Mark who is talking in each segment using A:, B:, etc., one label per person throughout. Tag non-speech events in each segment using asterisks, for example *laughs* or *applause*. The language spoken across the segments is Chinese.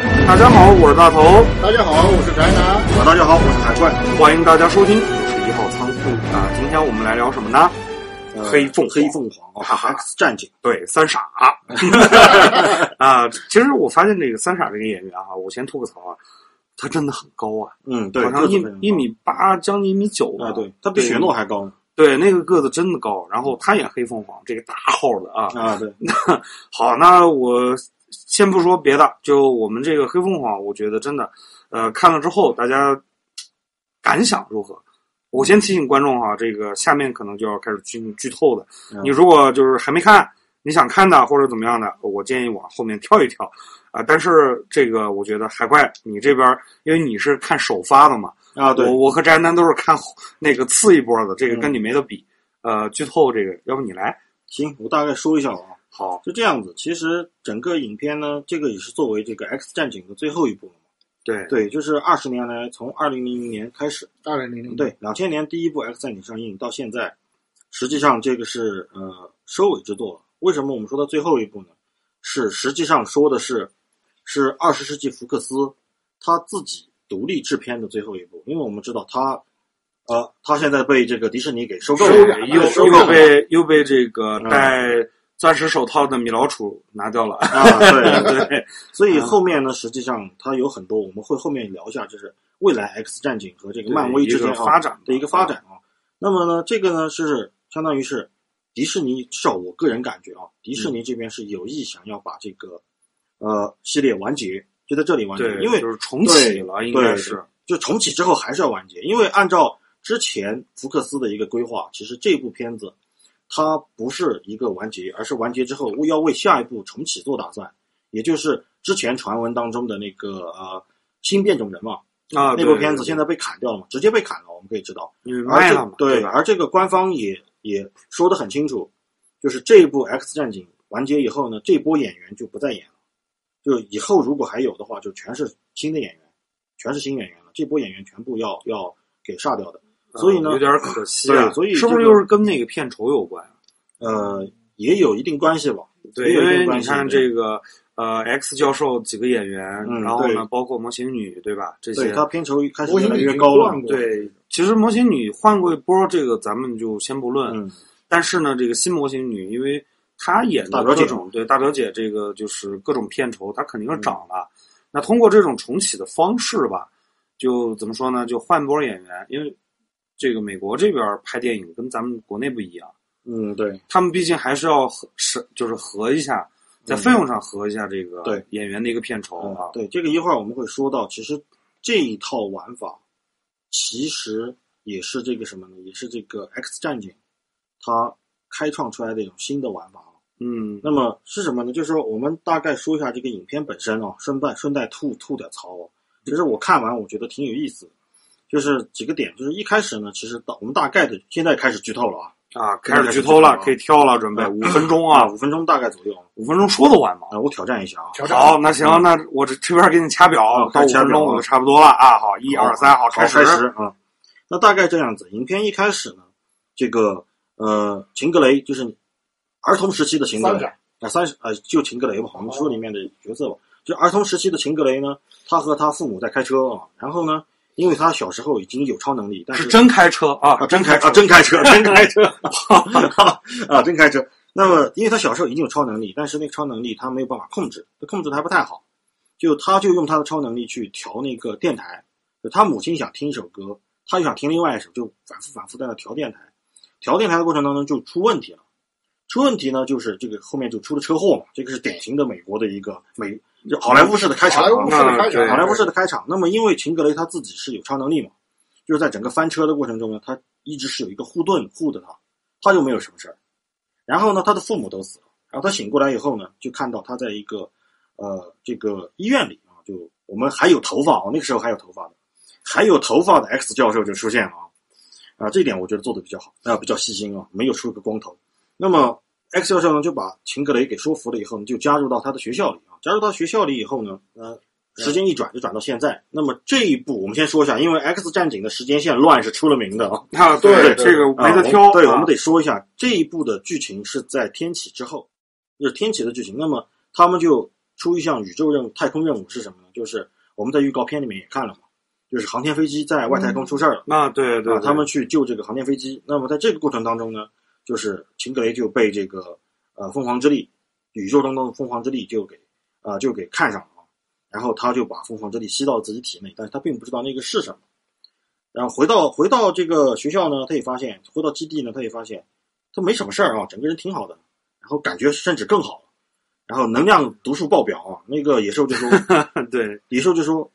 A: 我是大头。
B: 大家好，我是宅男。
C: 啊，大家好，我是海怪。
A: 欢迎大家收听五十一号仓库啊！今天我们来聊什么呢？呃
C: 黑凤凰
A: 黑凤凰，哈
C: 哈
A: 哈，
C: X 战警，
A: 对，三
C: *laughs*
A: 傻啊！其实我发现这个三傻这个演员啊，我先吐个槽啊，他真的很高啊，
C: 嗯，对，
A: 好像
C: 个子
A: 一
C: 非常高
A: 一，米八，将近一米九吧。
C: 哎，对，他比雪诺还高呢。
A: 对，那个个子真的高。然后他演黑凤凰这个大号的啊，
C: 啊，对，
A: 好，那我先不说别的，就我们这个黑凤凰，我觉得真的，呃，看了之后大家感想如何？我先提醒观众哈，这个下面可能就要开始剧剧透的。
C: 嗯
A: 你如果就是还没看，你想看的或者怎么样的，我建议往后面跳一跳啊、但是这个我觉得海怪你这边，因为你是看首发的嘛，
C: 啊，对
A: 我，我和宅男都是看后那个次一波的，这个
C: 嗯
A: 跟你没得比。呃，剧透这个，要不你来？
C: 行，我大概说一下啊，
A: 好，
C: 就这样子。其实整个影片呢，这个也是作为这个 X 战警的最后一部了嘛。
A: 对
C: 对，就是二十年来，从二零零零年开始，
B: 二零零零，
C: 对，两千年第一部 X 战警上映到现在，实际上这个是呃收尾之作了。为什么我们说到最后一部呢？是实际上说的是是二十世纪福克斯他自己独立制片的最后一部，因为我们知道他呃他现在被这个迪士尼给收购
B: 收
C: 了
B: 染，
A: 又
C: 收购
A: 又
C: 了
A: 被又被这个
C: 嗯
A: 戴钻石手套的米老鼠拿掉了。
C: 啊，对对，
A: 对，
C: 所
A: 嗯
C: 以后面呢，实际上它有很多，我们会后面聊一下，就是未来 X 战警和这个漫威之间
A: 一
C: 啊
A: 个发展
C: 的一个发展啊。那么呢，这个呢是相当于是迪士尼，至少我个人感觉啊，迪
A: 嗯
C: 士尼这边是有意想要把这个、呃系列完结，就在这里完结，
A: *laughs* 对，
C: 因为
A: 就是重启了，应该是
C: 就重启之后还是要完结，因为按照之前福克斯的一个规划，其实这部片子它不是一个完结，而是完结之后要为下一部重启做打算，也就是之前传闻当中的那个呃新变种人嘛，
A: 啊。
C: 那部片子现
A: 在
C: 在被砍掉了嘛，直接被砍了，我们可以知道。
A: 你卖
C: 而
A: 了
C: 且
A: 嘛？
C: 对，啊
A: 吧？
C: 而这个官方也也说得很清楚，就是这一部 X 战警完结以后呢，这波演员就不再演了，就以后如果还有的话，就全是新的演员，全是新演员了，这波演员全部要要给杀掉的。所以呢
A: 嗯有点可惜啊。
C: 对所以
A: 是不
C: 这
A: 是
C: 个
A: 又是跟那个片酬有关啊？
C: 呃，也有一定关系吧。
A: 对，
C: 也
A: 因
C: 有一
A: 为
C: 定关
A: 你
C: 系
A: 看这个呃 X 教授几个演员，
C: 嗯
A: 然后
C: 对
A: 呢，包括模型女，对吧？这
C: 对
A: 些
C: 他片酬开始
B: 我
C: 越
B: 已
C: 来
B: 经
C: 越高了
B: 断。过，
A: 对，其实模型女换过一波，这个咱们就先不论。
C: 嗯，
A: 但是呢，这个新模型女，因为她演的
C: 大表姐
A: 各种对大表姐这个就是各种片酬，她肯定是涨
C: 嗯
A: 了。那通过这种重启的方式吧，就怎么说呢？就换波演员，因为这个美国这边拍电影跟咱们国内不一样，
C: 嗯，对，
A: 他们毕竟还是要合是就是合一下，在
C: 嗯
A: 费用上合一下这个
C: 对
A: 演员的一个片酬
C: 嗯
A: 啊。
C: 对，这个一会儿我们会说到，其实这一套玩法其实也是这个什么呢？也是这个 X 战警它开创出来的一种新的玩法啊。
A: 嗯，
C: 那么是什么呢？就是说我们大概说一下这个影片本身啊，顺带顺带吐吐点槽哦。其实我看完我觉得挺有意思的，就是几个点，就是一开始呢，其实大我们大概的现在开始剧透了啊，
A: 啊，开始剧透了，可以跳了，准备
C: 嗯
A: 五分钟
C: 啊
A: 啊，
C: 五分钟大概左右
A: 五分钟说得完吗？
C: 啊，我挑战一下啊，
B: 调整
A: 好，那行，那我这这边给你掐表
C: 哦，
A: 到五
C: 掐
A: 分
C: 表
A: 钟
C: 啊
A: 我就差不多了啊。好，一二三，好，
C: 开
A: 始。
C: 啊。那大概这样子，影片一开始呢，这个呃，秦格雷就是儿童时期的秦格
B: 三
C: 雷
B: 个
C: 啊，三十呃，就秦格雷吧，我们说里面的角色吧，就儿童时期的秦格雷呢，他和他父母在开车啊，然后呢，因为他小时候已经有超能力，但
A: 是真开车啊，
C: 啊，真开
A: 车
C: 啊，真开车，真开车，啊，真开车。那么，因为他小时候已经有超能力，但是那个超能力他没有办法控制，他控制的还不太好。就他就用他的超能力去调那个电台，就他母亲想听一首歌，他又想听另外一首，就反复反复在那调电台。调电台的过程当中就出问题了，出问题呢就是这个后面就出了车祸嘛，这个是典型的美国的一个美就好莱坞式的开场啊，
B: 好莱坞式的开
A: 对
B: 场，
C: 好莱坞式的开场。那么因为秦格雷他自己是有超能力嘛，就是在整个翻车的过程中呢，他一直是有一个护盾护着他，他就没有什么事儿。然后呢，他的父母都死了，然后他醒过来以后呢，就看到他在一个呃这个医院里啊，就我们还有头发啊，那个时候还有头发的，还有头发的 X 教授就出现了啊。啊，这一点我觉得做的比较好，啊、比较细心啊，没有出一个光头。那么 X 教授呢，就把秦格雷给说服了以后呢，就加入到他的学校里啊。加入到学校里以后呢，呃，时间一转就转到现在。那么这一步我们先说一下，因为 X 战警的时间线乱是出了名
A: *laughs*
C: 的啊。
A: 啊，
B: 对对
A: 这个
C: 啊
A: 没得
C: 我
A: 挑。
C: 对，
A: 啊
C: 我们得说一下这一部的剧情是在天启之后，就是天启的剧情。那么他们就出一项宇宙任务、太空任务是什么呢？就是我们在预告片里面也看了嘛，就是航天飞机在外太空出事儿了，
A: 那对对
C: 啊，
A: 对，
C: 他们去救这个航天飞机。那么在这个过程当中呢，就是秦格雷就被这个呃凤凰之力，宇宙当中的凤凰之力就给啊、呃就给看上了，然后他就把凤凰之力吸到自己体内，但是他并不知道那个是什么。然后回到回到这个学校呢，他也发现，回到基地呢，他也发现他没什么事儿啊，整个人挺好的，然后感觉甚至更好了，然后能量读数爆表啊，那个野兽就说
A: 对，
C: 李寿就说：“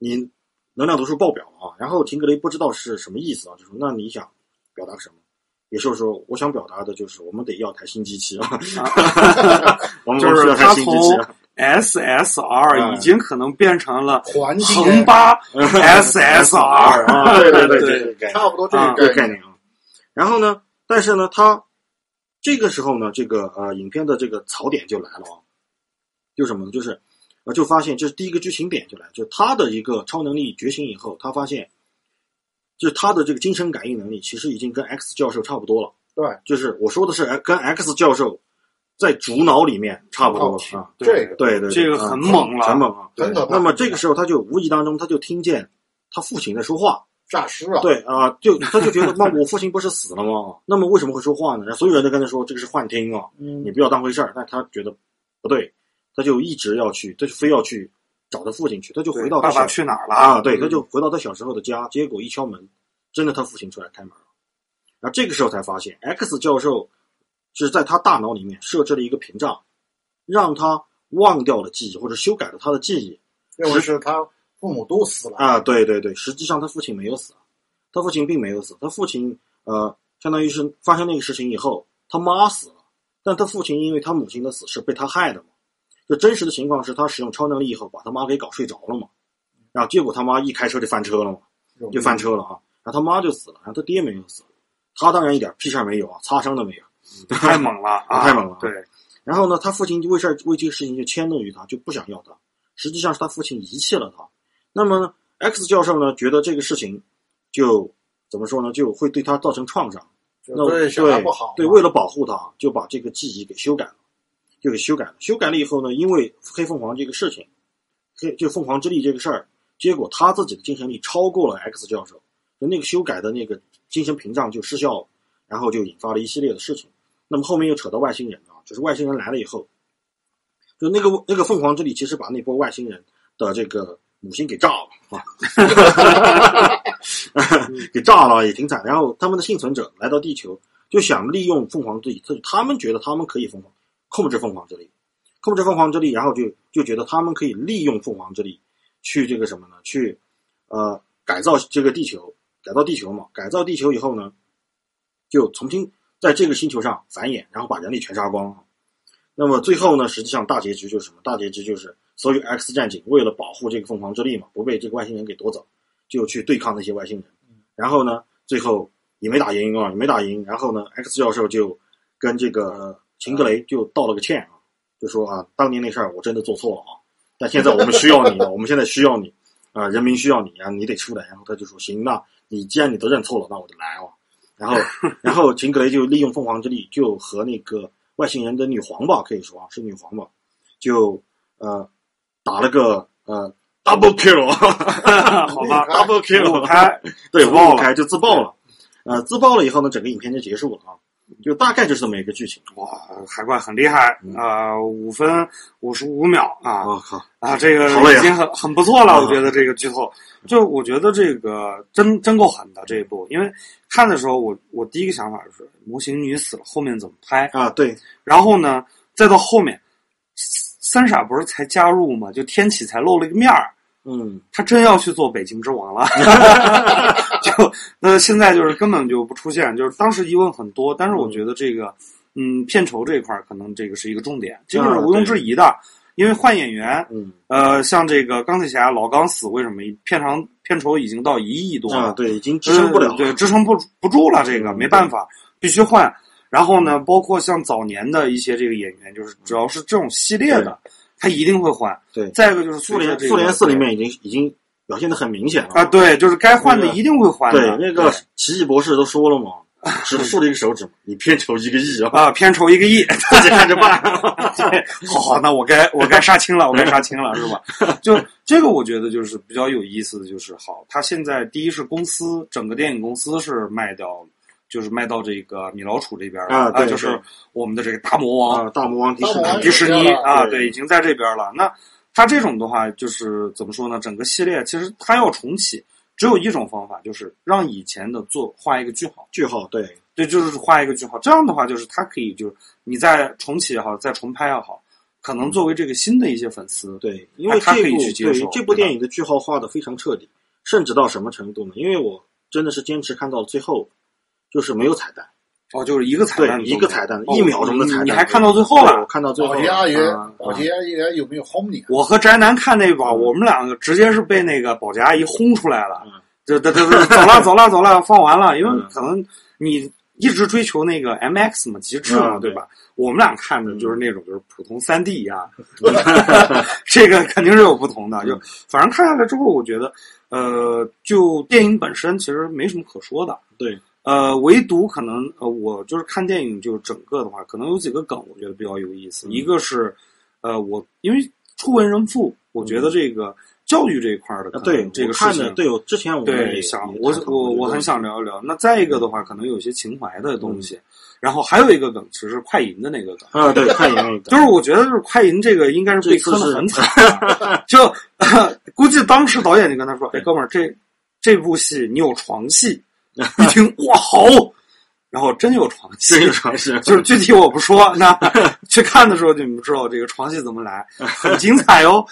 C: 你能量读数爆表啊。”然后廷格雷不知道是什么意思啊，就说：“那你想表达什么？”野兽说：“我想表达的就是我们得要台新机器啊， *laughs* 我们
A: 啊就
C: 需
A: 是
C: 要台
A: 他
C: 新机器啊。
A: SSR
C: 嗯
A: 已经可能变成了
B: 环节
A: 横八 SSR
C: 啊 *laughs*
B: 对
C: 对
B: 对
A: 对
C: 这个概念
B: 差不多这
A: 啊
C: 这
B: 个
C: 个概
B: 概念。
C: 念啊。然后呢，但是呢，他这个时候呢，这个呃，影片的这个槽点就来了啊，就是什么呢？就是呃，就发现这是第一个剧情点就来，就他的一个超能力觉醒以后，他发现，就是他的这个精神感应能力其实已经跟 X 教授差不多了。
B: 对，
C: 就是我说的是哎跟 X 教授在主脑里面差不多了啊。
B: 这个
C: 对对，对
A: 哦这个
C: 啊
A: 很猛了
C: 很猛啊！
B: 很可怕
C: 那么这个时候，他就无意当中他就听见他父亲在说话，
B: 诈尸
C: *laughs*
B: 啊，
C: 对啊、就他就觉得，那我父亲不是死了吗？那么为什么会说话呢？然后所有人都跟他说这个是幻听啊，
B: 嗯
C: 你不要当回事儿。但他觉得不对，他就一直要去，他就非要去找他父亲去，他就回到他
A: 爸
C: 小
A: 爸去哪儿了
C: 啊，对，他就
A: 嗯
C: 回到他小时候的家。结果一敲门，真的他父亲出来开门了。然后这个时候才发现，X 教授是在他大脑里面设置了一个屏障，让他忘掉了记忆或者修改了他的记忆，
B: 认为是他父母都死了，
C: 啊，对对对，实际上他父亲没有死，他父亲并没有死，他父亲呃，相当于是发生那个事情以后，他妈死了，但他父亲因为他母亲的死是被他害的嘛，就真实的情况是他使用超能力以后把他妈给搞睡着了嘛，然后结果他妈一开车就翻车了嘛，就翻车了啊，然后他妈就死了，然后他爹没有死，他当然一点屁事儿没有啊，擦伤都没有。
A: 太猛了啊，
C: *laughs* 太猛了
A: 对，
C: 然后呢，他父亲就为事儿为这个事情就迁怒于他，就不想要他。实际上是他父亲遗弃了他。那么呢 X 教授呢，觉得这个事情就怎么说呢，就会对他造成创伤。那
B: 就对小孩不好嘛，
C: 对，为了保护他，就把这个记忆给修改了，就给修改了。修改了以后呢，因为黑凤凰这个事情，黑就凤凰之力这个事儿，结果他自己的精神力超过了 X 教授，就那个修改的那个精神屏障就失效了，然后就引发了一系列的事情。那么后面又扯到外星人啊，就是外星人来了以后，就那个那个凤凰之力其实把那波外星人的这个母星给炸了啊，给炸了也挺惨。然后他们的幸存者来到地球，就想利用凤凰之力，就是他们觉得他们可以凤凰控制凤凰之力，控制凤凰之力，然后就就觉得他们可以利用凤凰之力去这个什么呢？去呃改造这个地球，改造地球嘛，改造地球以后呢，就重新在这个星球上繁衍，然后把人类全杀光。那么最后呢，实际上大结局就是什么？大结局就是所有 X 战警为了保护这个凤凰之力嘛，不被这个外星人给夺走，就去对抗那些外星人。然后呢，最后也没打赢啊，也没打赢。然后呢，X 教授就跟这个呃秦格雷就道了个歉啊，就说啊，当年那事儿我真的做错了啊，但现在我们需要你了，我们现在需要你啊、人民需要你啊，你得出来。然后他就说，行，那你既然你都认错了，那我就来啊。然后，然后秦格雷就利用凤凰之力，就和那个外星人的女皇吧，可以说啊是女皇吧，就呃打了个呃 double kill，
A: 好
C: *laughs*
A: 吧，
C: double
A: 五
C: kill，
A: 拍，
C: 对，
A: 自爆
C: 爆
A: 了
C: 开就自爆了。呃，自爆了以后呢，整个影片就结束了啊，就大概就是这么一个剧情。
A: 哇，海怪很厉害
C: 嗯
A: 啊，五分五十五秒啊，
C: 我靠，
A: 啊，这个
C: 好累啊
A: 已经很很不错了，
C: 嗯
A: 我觉得这个剧透，就我觉得这个真真够狠的这一部，因为看的时候我我第一个想法就是模型女死了，后面怎么拍？
C: 啊，对，
A: 然后呢，再到后面，三傻不是才加入嘛，就天启才露了个面儿，
C: 嗯，
A: 他真要去做北京之王
C: *laughs*
A: 了，就那现在就是根本就不出现，就是当时疑问很多，但是我觉得这个，嗯，片酬这一块儿可能这个是一个重点，这个是毋庸置疑的，因为换演员，
C: 嗯，
A: 呃，像这个钢铁侠老刚死，为什么片长片酬已经到一亿多
C: 啊，
A: 了？
C: 对，已经支撑不了
A: 呃对，支撑不不住了，这个
C: 嗯
A: 没办法，必须换。然后呢，包括像早年的一些这个演员，就是只要是这种系列的，他一定会换。
C: 对
A: 再一个就是随
C: 复
A: 着
C: 联
A: 这个
C: 复联四里面已经已经表现的很明显了
A: 啊，对，就是该换的一定会换的。 *laughs*
C: 对，那个奇异博士都说了嘛，只竖了一个手指嘛，你片酬一个亿啊，
A: 啊，片酬一个亿，
C: 自己看着办。
A: *laughs* 好好，那我该我该杀青了，我该杀青了，是
C: *laughs*
A: 吧？就这个，我觉得就是比较有意思的就是，好，他现在第一是公司整个电影公司是卖掉，就是卖到这个米老鼠这边了
C: 啊对
A: 就是
C: 对
A: 我们的这个大魔王
C: *laughs* 啊，大魔王迪士
B: 大魔王
C: 尼
A: 迪士尼
B: 对
A: 啊，
C: 对
A: 对，已经在这边了。那他这种的话，就是怎么说呢？整个系列其实他要重启，只有一种方法，就是让以前的做画一个句号。
C: 句号，对，
A: 对，就是画一个句号。这样的话，就是它可以就是你再重启也好，再重拍也好，可能作为这个新的一些粉丝，
C: 对，因为
A: 啊他
C: 这
A: 可以
C: 部
A: 去接受
C: 对这部
A: 对吧
C: 电影的句号画的非常彻底，甚至到什么程度呢？因为我真的是坚持看到最后，就是没有彩蛋，
A: 哦，就是一个彩
C: 对
A: 蛋都没有，
C: 一个彩蛋
A: 哦
C: 一秒钟的
A: 你
C: 彩蛋
A: 你还看到最后
C: 对我
A: 了。
C: 看到最后
B: 保洁阿姨
C: 啊，
B: 保洁阿姨有没有轰你？啊
A: 我和宅男看那把，我们两个直接是被那个保洁阿姨轰出来了
C: 嗯，
A: 就这这走了走了走了，放完了，因为可能你一直追求那个 M X 嘛，极致嘛，
C: 嗯
A: 对
C: 对嗯
A: 吧？我们俩看的就是那种就是普通三 D
C: *laughs*
A: 啊，这个肯定是有不同的。
C: 嗯
A: 就反正看下来之后，我觉得，呃，就电影本身其实没什么可说的。
C: 对，
A: 呃，唯独可能呃，我就是看电影，就是整个的话，可能有几个梗，我觉得比较有意思。
C: 嗯
A: 一个是，呃，我因为初为人父，我觉觉得这个教育这一块儿的
C: 啊
A: 可能，
C: 对，
A: 这个
C: 我
A: 事
C: 看
A: 情
C: 的，对，我之前我们
A: 对，
C: 也
A: 想
C: 也
A: 我
C: 探讨过
A: 我
C: 这个
A: 我很
C: 问题
A: 想聊一聊。那再一个的话，可能有一些情怀的东西，
C: 嗯
A: 然后还有一个梗，其实是快银的那个梗。
C: 啊， *laughs* 对，看影那
A: 就
C: 个，
A: 是我觉得，就是快银这个应该是被
C: 这次
A: 坑的
C: 是
A: 很惨的，就、 *laughs* 估计当时导演就跟他说：“哎，哥们儿，这这部戏你有床戏。”一听哇好，然后真有床戏，
C: 这个尝试
A: 就是具体我不说，那去看的时候你们知道这个床戏怎么来，很精彩哦，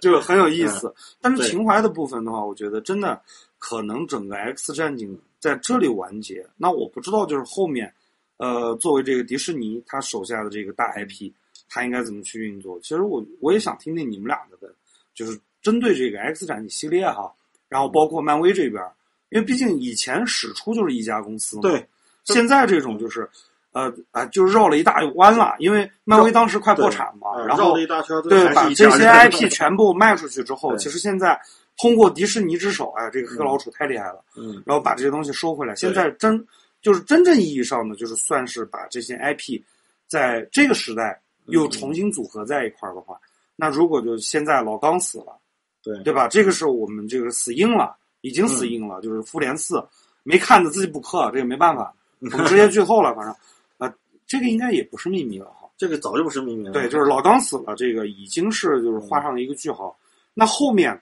A: 就是很有意思。但是
C: 对
A: 情怀的部分的话，我觉得真的可能整个 X 战警在这里完结。那我不知道就是后面，呃，作为这个迪士尼他手下的这个大 IP，他应该怎么去运作？其实我我也想听听你们俩的，就是针对这个 X 战警系列哈，然后包括漫威这边。因为毕竟以前始出就是一家公司嘛，
C: 对，
A: 现在这种就是，呃啊，就绕了一大弯了，因为漫威当时快破产嘛，
C: 啊
A: 然
C: 绕
A: 后
C: 了一大圈，最后
A: 对
C: 还
A: 把
C: 是一
A: 这
C: 家
A: 些
C: 人
A: IP 全部卖出去之后，
C: 对
A: 其实现在通过迪士尼之手，哎，这个黑老鼠太厉害了，
C: 嗯，
A: 然后把这些东西收回来。现在真就是真正意义上的，就是算是把这些 IP 在这个时代又重新组合在一块儿的话，那如果就现在老刚死了。
C: 对
A: 对吧？这个是我们这个死硬了，已经死硬了，就是复联四没看的自己补课，这个没办法，我们直接剧透了，反正啊、呃这个应该也不是秘密了哈。
C: 这个早就不是秘密了，
A: 对，就是老刚死了，这个已经是就是
C: 嗯
A: 画上了一个句号。那后面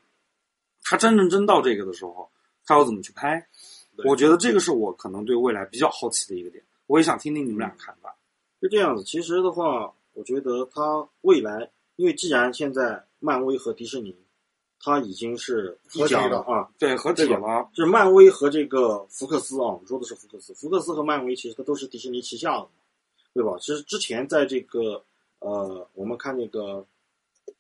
A: 他真正真到这个的时候，他要怎么去拍？
C: 对
A: 我觉得这个是我可能对未来比较好奇的一个点，我也想听听你们
C: 嗯
A: 俩看法。
C: 是这样子。其实的话，我觉得它未来，因为既然现在漫威和迪士尼，它已经是一
B: 合体
C: 家
B: 了
C: 啊，
A: 对，合体
C: 这个
A: 了，
C: 就是漫威和这个福克斯啊，我们说的是福克斯，福克斯和漫威其实它都是迪士尼旗下的嘛，对吧？其实之前在这个呃，我们看那个。哎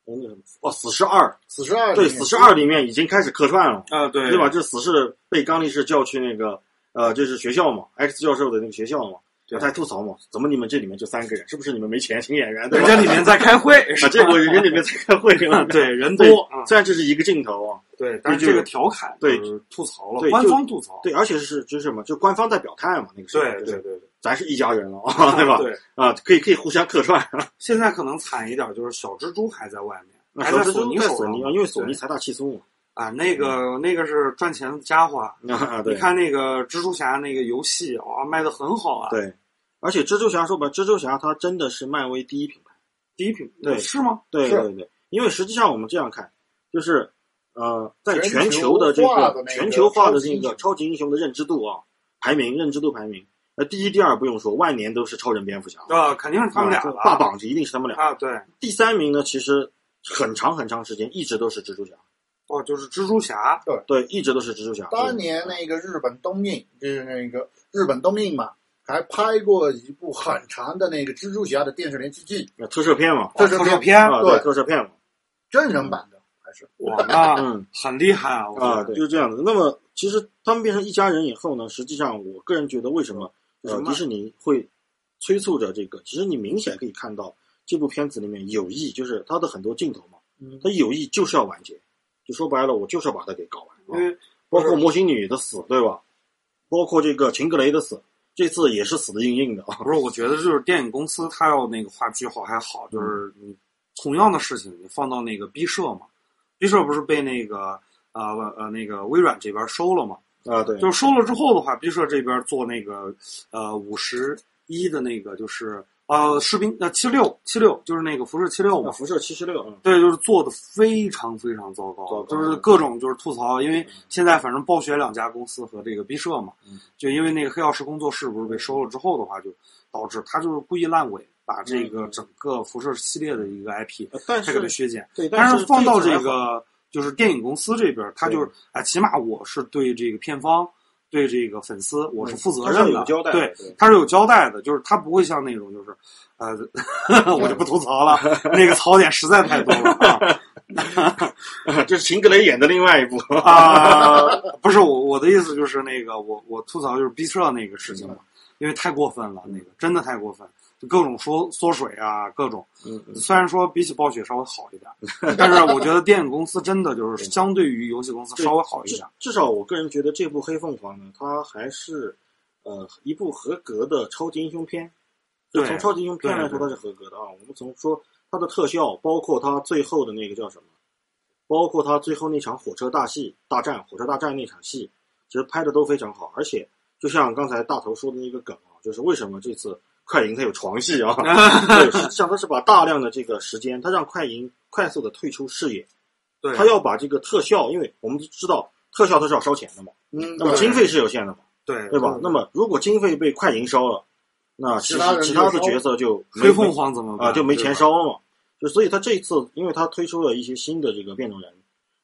C: 那个哦，死侍二，
B: 死侍二
C: 对，死侍二里面已经开始客串了，
A: 啊、对
C: 对吧？？就是死侍被刚力士叫去那个呃，就是学校嘛，X 教授的那个学校嘛，
A: 对
C: 他还吐槽嘛，怎么你们这里面就三个人，是不是你们没钱请演员？对
A: 人
C: 吧？
A: 家里面在开
C: *laughs*
A: 会，，
C: 啊，这我人里面在开会呢
A: 对人
C: *laughs* 对
A: 多啊。
C: 虽然这是一个镜头啊，
A: 对，但是
C: 就
A: 这
C: 是
A: 个调侃
C: 对
A: 就是吐槽了，
C: 对
A: 官
C: 就
A: 方吐槽，
C: 对，而且是就是什么，就官方在表态嘛，那个时候，
A: 对
C: 就
A: 对
C: 是
A: 对
C: 咱是一家人了 *laughs* 啊，对吧？
A: 对，
C: 啊，可以可以互相客串，
A: 现在可能惨一点，就是小蜘蛛还在外面，还
C: 小蜘
A: 索
C: 蛛
A: 尼
C: 在
A: 手
C: 索
A: 上
C: 尼嗯啊，因为索尼财大气粗嘛，
A: 啊，那个那个是赚钱的家伙啊。
C: *laughs* 啊，对，
A: 你看那个蜘蛛侠那个游戏啊，卖的很好啊。，
C: 对，而且蜘蛛侠说白了，蜘蛛侠他真的是漫威第一品牌。
A: 第一品
C: 对
A: 是吗？
C: 对
B: 是
C: 对对，因为实际上我们这样看，就是呃，在
B: 全
C: 全
B: 球
C: 球的这
B: 化的
C: 个
B: 那
C: 全
B: 个
C: 球化
B: 超
C: 的
B: 级
C: 这
B: 英
C: 个
B: 雄
C: 超级英雄的认知度啊，排名认知度排名，呃，第一、第二不用说，万年都是超人、蝙蝠侠，
A: 啊，肯定是他们俩
C: 啊这
A: 了。
C: 霸榜就一定是他们俩。
A: 啊，对，
C: 第三名呢，其实很长很长时间一直都是蜘蛛侠，
A: 哦，就是蜘蛛侠
C: 对，一直都是蜘蛛侠。
B: 当年那个日本东映，就是那个日本东映嘛，还拍过一部很长的那个蜘蛛侠的电视连续剧，
C: 那呃特摄片嘛，
A: 哦
B: 这是
A: 特摄片，
C: 啊，对，
B: 对
C: 特摄片嘛，
B: 真人版的还是
A: 哇，那
C: 嗯
A: 很厉害啊！我觉
C: 啊，
A: 得
C: 就是这样的。那么其实他们变成一家人以后呢，实际上我个人觉得为什么
A: 就是
C: 呃，
A: 慢
C: 迪士尼会催促着这个。其实你明显可以看到这部片子里面有意，就是它的很多镜头嘛，
B: 嗯
C: 它有意就是要
A: 嗯
C: 完结，就说白了，我就是要把它给搞完
A: 因。为
C: 包括魔形女的死，对吧？包括这个秦格雷的死，这次也是死的硬硬的 *laughs* 啊。
A: 不是，我觉得就是电影公司他要那个画句号还好，就是
C: 嗯
A: 你同样的事情你放到那个毕设嘛，毕设不是被那个呃呃那个微软这边收了嘛？
C: 啊，对，
A: 就是收了之后的话，毕设这边做那个呃五十一的那个就是呃士兵呃七六七六就是那个辐射七六嘛
C: 啊，辐射七十六，嗯，
A: 对，就是做的非常非常糟糕，
C: 糟糕嗯
A: 就是各种就是吐槽，因为现在反正暴雪两家公司和这个毕设嘛，
C: 嗯
A: 就因为那个黑曜石工作室不是被收了之后的话，就导致他就是故意烂尾，把这个整个辐射系列的一个 IP
C: 呃但
A: 他给它
C: 嗯是
A: 削减，
C: 对，
A: 但
C: 是
A: 放到
C: 这
A: 这
C: 次还好
A: 个就是电影公司这边，他就是啊，起码我是对这个片方。对这个粉丝，我是负责
C: 它嗯是
A: 任的，
C: 有交代的
A: 对，
C: 对
A: 他是有交代的，就是他不会像那种就是，呃， *laughs* 我就不吐槽
C: *laughs*
A: 了，那个槽点实在太多了啊。
C: *laughs* 这是秦格雷演的另外一部。
A: *laughs* 啊、不是我我的意思就是那个我我吐槽就是逼车那个事情
C: 嗯
A: 嘛，因为太过分了，那个真的太过分，就各种说缩水啊，各种。
C: 嗯，
A: 虽然说比起暴雪稍微好一点，但是我觉得电影公司真的
C: *laughs*
A: 就是相对于游戏公司稍微好一
C: 至
A: 点。
C: 至少我个人觉得这部《黑凤凰》呢，它还是呃一部合格的超级英雄片。就
A: 对
C: 从超级英雄片来
A: 对
C: 说，
A: 对
C: 它是合格的啊。我们从说它的特效，包括它最后的那个叫什么，包括它最后那场火车大戏大战，火车大战那场戏，其实拍的都非常好。而且就像刚才大头说的那个梗啊，就是为什么这次快银它有床戏 *laughs* 啊？对，实际上它是把大量的这个时间，它让快银快速的退出视野。
A: 对，
C: 他要把这个特效，因为我们知道特效它是要烧钱的嘛，
B: 嗯，
C: 那么
B: 对
C: 经费是有限的嘛，
A: 对
C: 对吧？那么如果经费被快银烧了，那其
B: 其他
C: 实
B: 人
C: 其他
B: 就
C: 的
B: 烧
C: 角色就没
A: 黑凤凰怎么
C: 没
A: 办
C: 啊就没钱
A: 对吧
C: 烧嘛。就所以他这一次，因为他推出了一些新的这个变种人，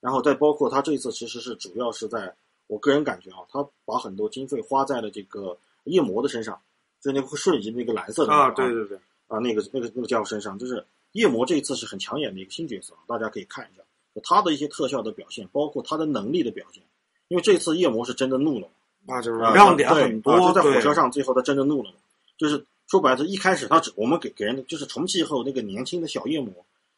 C: 然后再包括他这一次其实是主要是在我个人感觉啊，他把很多经费花在了这个夜魔的身上，就那个瞬移那个蓝色的那个
A: 啊？对对对，
C: 啊，那个那个那个家伙身上，就是夜魔这一次是很抢眼的一个新角色，啊大家可以看一下就他的一些特效的表现，包括他的能力的表现。因为这次夜魔是真的怒了嘛，
A: 那就是
C: 啊
A: 亮点
C: 对
A: 很
C: 啊
A: 多，
C: 就在火车
A: 对
C: 上，最后他真的怒了嘛。就是说白了，他一开始他只我们给给人的就是重启后那个年轻的小夜魔，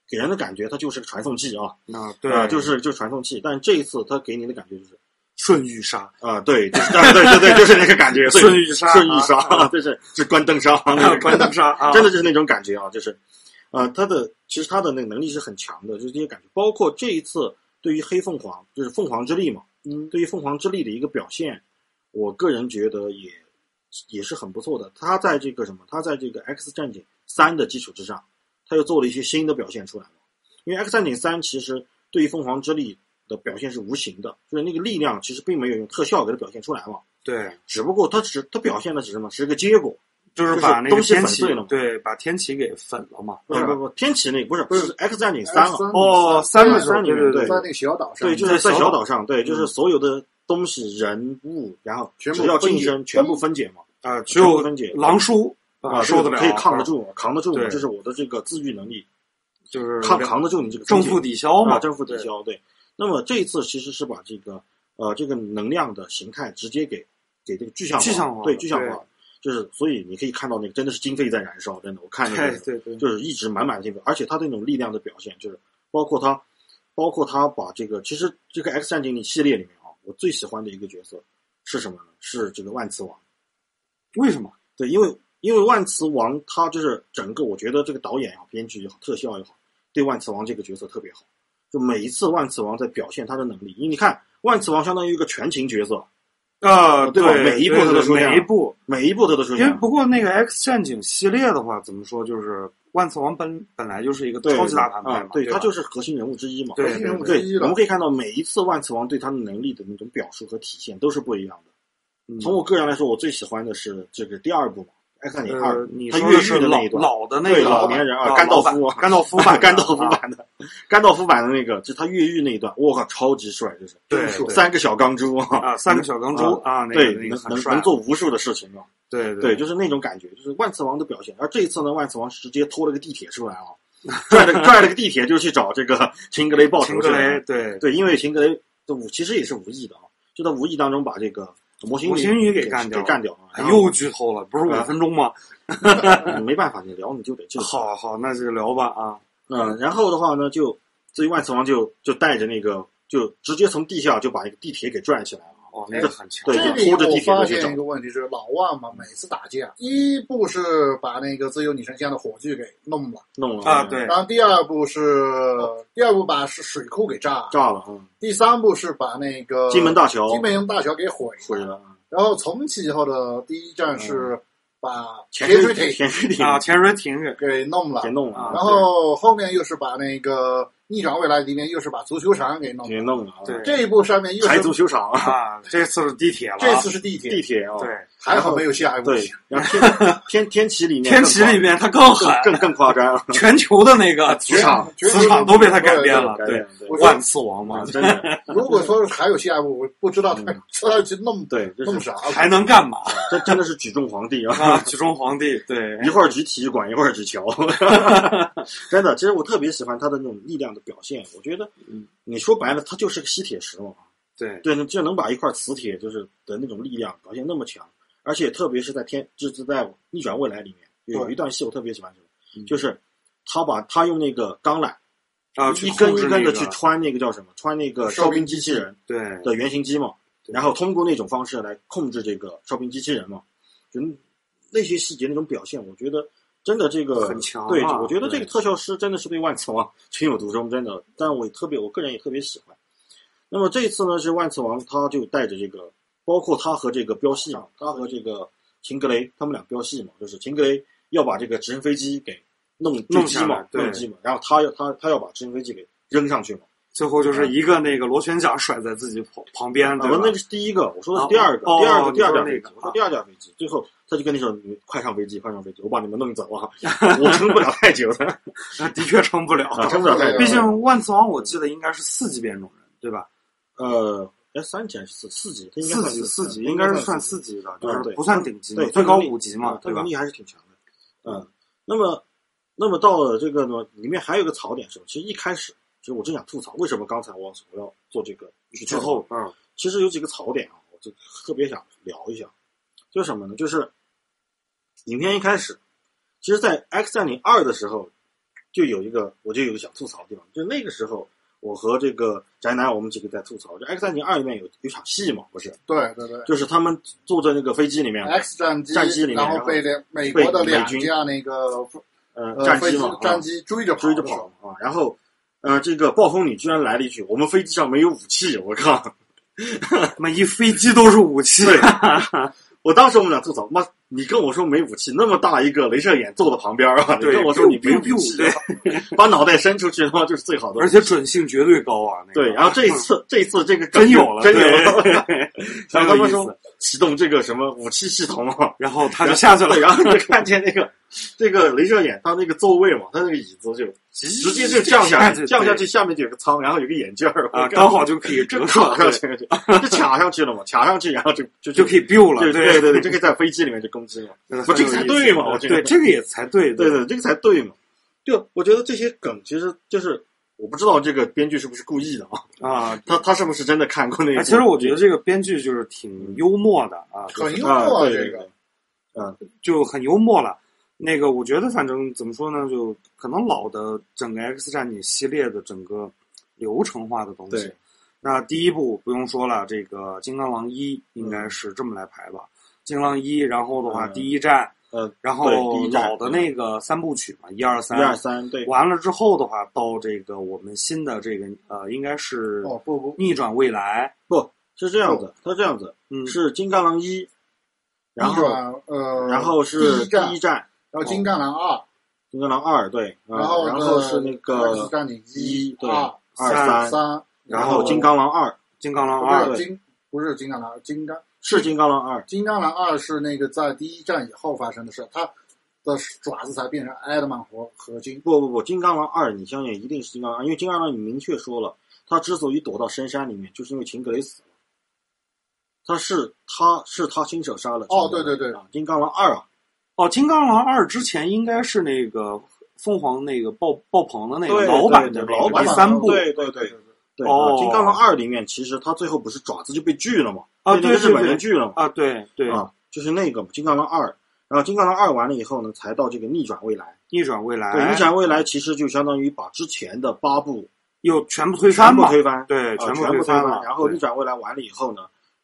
C: 给人的感觉他就是个传送器啊，
A: 啊，
C: 啊
A: 对，
C: 就是就是传送器。但是这一次他给你的感觉就是
A: 顺欲杀，
C: 啊，对，就是啊对对对，就是那个感觉，
A: *laughs*
C: 对
A: 顺欲杀，
C: 顺义
A: 啊
C: 杀，就是是关灯杀，那
A: 啊 *laughs*
C: 个
A: 关灯杀啊，
C: *laughs* 真的就是那种感觉啊，就是，呃，他的其实他的那个能力是很强的，就是这些感觉，包括这一次对于黑凤凰，就是凤凰之力嘛，
B: 嗯，
C: 对于凤凰之力的一个表现，我个人觉得也也是很不错的。他在这个什么，他在这个 X 战警三的基础之上，他又做了一些新的表现出来了。因为 X 战警三其实对于凤凰之力的表现是无形的，就是那个力量其实并没有用特效给它表现出来嘛，
A: 对，
C: 只不过它只它表现的是什么，是一个结果。
A: 就是
C: 就是
A: 把那个
C: 东西
A: 天
C: 粉
A: 启
C: 碎了嘛
A: 对，把天启给粉了嘛，
C: 不
A: 对吧
C: 是不是不是，天启那个不是
B: 不是
C: 是 X 战警三了，
A: 哦三
C: 的
B: 的
C: 时候
A: 对
B: 对
A: 对对
B: 在那个小岛上，
C: 对，就是在
A: 在小
C: 小
A: 岛嗯
C: 岛上，对，就是所有的东西、人物，然后
B: 全部
C: 只要
B: 分
C: 近
B: 解
A: 嗯
C: 身，全部分解嘛，
A: 啊，只
C: 全部
A: 有
C: 分解
A: 狼叔
C: 啊，
A: 受得了，
C: 可以扛得
A: 啊，
C: 住，扛得住嘛，
A: 对
C: 这是我的这个自愈能力，
A: 就是
C: 扛扛得住你这个
A: 正
C: 分
A: 负
C: 解
A: 抵消嘛，
C: 啊，正负抵消，对。那么这一次其实是把这个呃这个能量的形态直接给给这个具象化，
A: 具象化
C: 对
A: 了
C: 具象
A: 对
C: 化，就是所以你可以看到那个真的是经费在燃烧，真的，我看那
A: 对
C: 个
A: 哎对对对
C: 就是一直满满的经费，而且他对那种力量的表现，就是包括他，包括他把这个，其实这个 X 战警里系列里面啊，我最喜欢的一个角色是什么呢？是这个万磁王。
A: 为什么？
C: 对，因为因为万磁王他就是整个，我觉得这个导演也好，编剧也好，特效也好，对万磁王这个角色特别好。就每一次万磁王在表现他的能力，因为你看万磁王相当于一个全勤角色，
A: 啊，
C: 对吧每一步
A: 对
C: 它都
A: 对
C: 出现
A: 每一步，
C: 每一部他都出
A: 因为
C: 现。
A: 不过那个 X 战警系列的话，怎么说就是万磁王本本来就是一个
C: 对
A: 超级大反派
C: 啊
A: 嘛，，
C: 对
A: 吧
C: 他就是核心人物之一嘛。
A: 对
B: 核心人物之
C: 对
B: 一，
C: 我
B: 了
C: 们。可以看到每一次万磁王对他的能力的那种表述和体现都是不一样
A: 嗯
C: 的。从我个人来说，我最喜欢的是这个第二部嘛，《X 战警二
A: 呃》，你
C: 他
A: 说
C: 越
A: 是
C: 狱的
A: 老
C: 那一段，
A: 老的那
C: 对
A: 个
C: 老年人啊
A: 啊，
C: 甘道
A: 老版
C: 夫
A: *laughs*
C: 啊
A: 甘道夫版的，
C: 甘道夫
A: 啊
C: 版的， *laughs* 甘道夫版的那个，就他越狱那一段，我靠，超级帅，就是
A: 对
B: 就是
A: 对
C: 三个小钢珠啊，
A: 啊，三个小钢珠啊，那个
C: 对，
A: 那个
C: 能
A: 很
C: 能
A: 帅
C: 能，做无数的事情啊，
A: 对
C: 对，就是那种感觉，就是万磁王的表现。而这一次呢，万磁王是直接拖了个地铁出来
A: *laughs*
C: 啊，拽了个拽了个地铁就去找这个 *laughs* 秦格雷报
A: 秦
C: 仇去
A: 格雷
C: 了。，
A: 对
C: 对，因为秦格雷的武其实也是无意的啊，就在无意当中把这个魔形
A: 魔形女
C: 女
A: 给
C: 给
A: 干掉了哎
C: 干掉了，然后
A: 又剧透了，不是
C: 啊
A: 五分钟吗？
C: 嗯没办法，你聊你就得这个。
A: 好好，那就聊吧啊。
C: 嗯，然后的话呢，就这一万磁王就就带着那个，就直接从地下就把一个地铁给拽起来了啊，
A: 哦，那个很强。
C: 对
B: 这
C: 就
B: 里
C: 拖着地
B: 我
C: 铁
B: 发
C: 就去
B: 现
C: 整
B: 一个问题是，老万嘛，每次打架，一步是把那个自由女神像的火炬给弄了，
C: 弄了
A: 啊，，对，
B: 然后第二步是第二步把是水库给炸了，
C: 炸了啊，
B: 第三步是把那个
C: 金门大桥
B: 金门大桥给毁
C: 毁了啊，
B: 然后从其以后的第一站是把
C: 潜
B: 水
C: 水
B: 艇
C: 潜水艇
A: 啊，潜水艇给
B: 给弄了
C: 给，弄了啊，
B: 然后后面又是把那个逆转未来里面又是把足球场给弄
C: 对
B: 了，
C: 给弄了啊，
A: 对
B: 这一步上面又
C: 拆
B: 是
C: 足球场啊，
A: 啊，这次是地铁了啊，
B: 这次是地
C: 地
B: 铁，
C: 铁啊，
A: 对
B: 还好没有下一步。
A: *laughs*
C: 对，然后天天天启里面
A: 天
C: 更
A: 启
C: 夸
A: 里面他更狠，
C: 更更更夸张，
A: *laughs* 全球的那个
C: 全
A: 磁场
B: 全
A: 磁场都被他改变了，
C: 改
A: 对
C: 变，对
B: 我
A: 万磁王嘛
C: 啊，，真的 *laughs*
B: 如果说还有下一步，我不知道他他要去弄
C: 对，这
B: 弄
C: 嗯是
B: 啥了。
A: 还能干嘛
C: 这真的是举重皇帝啊。
A: 啊？ *laughs* 举重皇帝，对，
C: 一会儿举体育馆，一会儿举桥， *laughs* 真的，其实我特别喜欢他的那种力量的表现。我觉得
A: 嗯，
C: 你说白了，他就是个吸铁石嘛。
A: 对，
C: 对，就能把一块磁铁就是的那种力量表现那么强，而且特别是在天，就是在逆转未来里面有
B: 对
C: 一段戏我特别喜欢什么，
A: 嗯
C: 就是他把他用那个钢缆
A: 然后啊去
C: 一根
A: 控
C: 一
A: 制
C: 根
A: 那
C: 的
A: 个
C: 去穿那个叫什么，穿那个
B: 哨
C: 哨
B: 兵
C: 兵
B: 机
C: 机
B: 器
C: 器人
A: 对，
C: 的原型机嘛，然后通过那种方式来控制这个哨兵机器人嘛，就那些细节那种表现，我觉得真的这个
A: 很强啊
C: 对，我觉得这
A: 对
C: 个特效师真的是对万磁王 *laughs* 情有独钟，真的。但我也特别，我个人也特别喜欢。那么这一次呢，是万磁王他就带着这个，包括他和这个标系嘛，他和这个秦格雷他们俩标系嘛，就是秦格雷要把这个直升飞机给弄坠
A: 弄
C: 机
A: 下
C: 嘛
A: 来，对
C: 坠机嘛，然后他要他他要把直升飞机给扔上去嘛。
A: 最后就是一个那个螺旋桨甩在自己旁旁边，
C: *laughs* 啊，
A: 对
C: 我
A: 吧？
C: 那个是第一个，我说的是
A: 啊
C: 第二个，
A: 哦
C: 第二
A: 哦
C: 个
A: 你
C: 第二
A: 说
C: 架
A: 那
C: 飞
A: 个
C: 机，我说
A: 啊
C: 第二架飞机，最后他就跟你说：“你快上飞机，快上飞机，我把你们弄走啊，我撑不了太久
A: *laughs*
C: 的，
A: 那的确撑不了，
C: 啊，撑不了太久。”
A: 毕竟万磁王我记得应该是四级变种人，对吧？
C: 呃，哎，三级还是四四级？他应该
A: 四
C: 算
A: 级四级
C: 他
A: 应该是
C: 算
A: 算
C: 四
A: 四级的，
C: 级
A: 就
C: 嗯对
A: 是不算顶级嘛
C: 对，，
A: 最
C: 他
A: 高
C: 能力
A: 五级嘛
C: 啊，他
A: 对吧
C: 能？力还是挺强的。嗯，那么那么到了这个呢，里面还有一个槽点是什么？其实一开始，其实我真想吐槽，为什么刚才我我要做这个剧
A: 之后，嗯，
C: 其实有几个槽点啊，我就特别想聊一下，就是什么呢？就是影片一开始，其实，在《X 战警二》的时候，就有一个我就有一个想吐槽的地方，就那个时候，我和这个宅男我们几个在吐槽，就《X 战警二》里面有有场戏嘛，不是，
B: 对对对
C: 就是他们坐在那个飞机里面，
B: ，X 战机，
C: 战机里面
B: 然后被两美国的两架那个
C: 呃，
B: 呃
C: 战
B: 飞
C: 机
B: 机
C: 嘛，
B: 战
C: 啊
B: 机追着跑
C: 追着
B: 的时候
C: 跑啊，然后。呃，这个暴风女居然来了一句：“我们飞机上没有武器。”我靠！
A: 那一飞机都是武器，
C: 对，我当时我们俩吐槽，妈，你跟我说没武器，那么大一个镭射眼坐在旁边啊，你
A: 对
C: 跟我说你没武
A: biu biu
C: 器，把脑袋伸出去的话就是最好的。
A: 而且准性绝对高啊。那个
C: 对，然后这一次，这一次这个
A: 真有了
C: 真有
A: 对
C: 了，然
A: 很有
C: 后他
A: *laughs*
C: 们
A: 意
C: 说
A: 思。
C: 启动这个什么武器系统啊，
A: 然后他就下去了
C: 对，，然后就看见那个这个镭射眼，它那个座位嘛，它那个椅子就直接就降下去，降下去下面就有个舱，然后有个眼镜儿
A: 啊，
C: 我靠
A: 刚好就可以
C: 就
A: 折射
C: 卡上
A: 对
C: 去，就卡上去了嘛，卡上去，然后就就
A: 就可以 build 了，
C: 对
A: 对
C: 对对，就可以在飞机里面就攻击了。
A: 对
C: 不这个才对嘛我觉得
A: 对，这个也才对的，
C: 对对，这个才对嘛。就我觉得这些梗其实就是我不知道这个编剧是不是故意的啊，
A: 啊。
C: 他他是不是真的看过那一部？
A: 哎，其实我觉得这个编剧就是挺幽默的啊，就是
B: 很幽
C: 啊，
B: 默啊
C: 对
B: 这
C: 对
B: 个
C: 对，
A: 就很幽默了。那个，我觉得反正怎么说呢，就可能老的整个 X 战警系列的整个流程化的东西
C: 对。
A: 那第一部不用说了，这个《金刚狼一》应该是这么来排吧，金刚狼一》，然后的话
C: 嗯
A: 第一站，
C: 呃，
A: 然
C: 对
A: 后
C: 第一站
A: 老的那个三部曲嘛，一二
C: 一
A: 三，
C: 二三，对，
A: 完了之后的话，到这个我们新的这个呃，应该是
B: 哦不不，
A: 逆转未来，
C: 不是这样子，他这样子
A: 嗯，
C: 是金刚狼一，然
B: 逆
C: 后
B: 转呃，
C: 然后是
B: 第一站
C: 第一站
B: 然后金刚狼二，
C: 金刚狼二，对，啊
B: 然后
C: 然后是那
B: 那
C: 个
B: X 战警
C: 呃一对
B: 二
C: 二
A: 三
C: 三，
B: 三，
C: 然
A: 然
C: 后
A: 后
C: 金刚狼二
A: 金刚
C: 哦
A: 狼
B: 不
A: 二
B: 是金不是金刚狼，金刚
C: 是金刚狼二，
B: 金刚狼二是那个在第一战以后发生的事，他的爪子才变成埃德曼和合金。
C: 不不不，金刚狼二，你相信一定是金刚狼二，因为金刚狼你明确说了，他之所以躲到深山里面，就是因为秦格雷死了。他是他是他亲手杀了秦格雷。
B: 哦对对对
C: 啊，金刚狼二啊，
A: 哦，金刚狼二之前应该是那个凤凰那个爆爆棚的那个
C: 对
A: 老板的
C: 对
A: 那
C: 老
A: 个
C: 板
A: 第
C: 的
A: 三部，
C: 对对对对、
A: 哦
C: 啊，金刚狼二里面其实他最后不是爪子就被锯了嘛，
A: 啊
C: 被那个
A: 对对
C: 日本人
A: 对
C: 锯了嘛，
A: 啊，对对，
C: 啊，就是那个金刚狼二。然后金刚狼二完了以后呢，才到这个逆转未来。
A: 逆转未来，
C: 对，逆转未来其实就相当于把之前的八部
A: 又全部推
C: 全
A: 翻
C: 部
A: 嘛，
C: 推翻，
A: 对，部
C: 啊全
A: 推
C: 部推
A: 嘛，
C: 然后逆
A: 对
C: 转未来完了以后呢，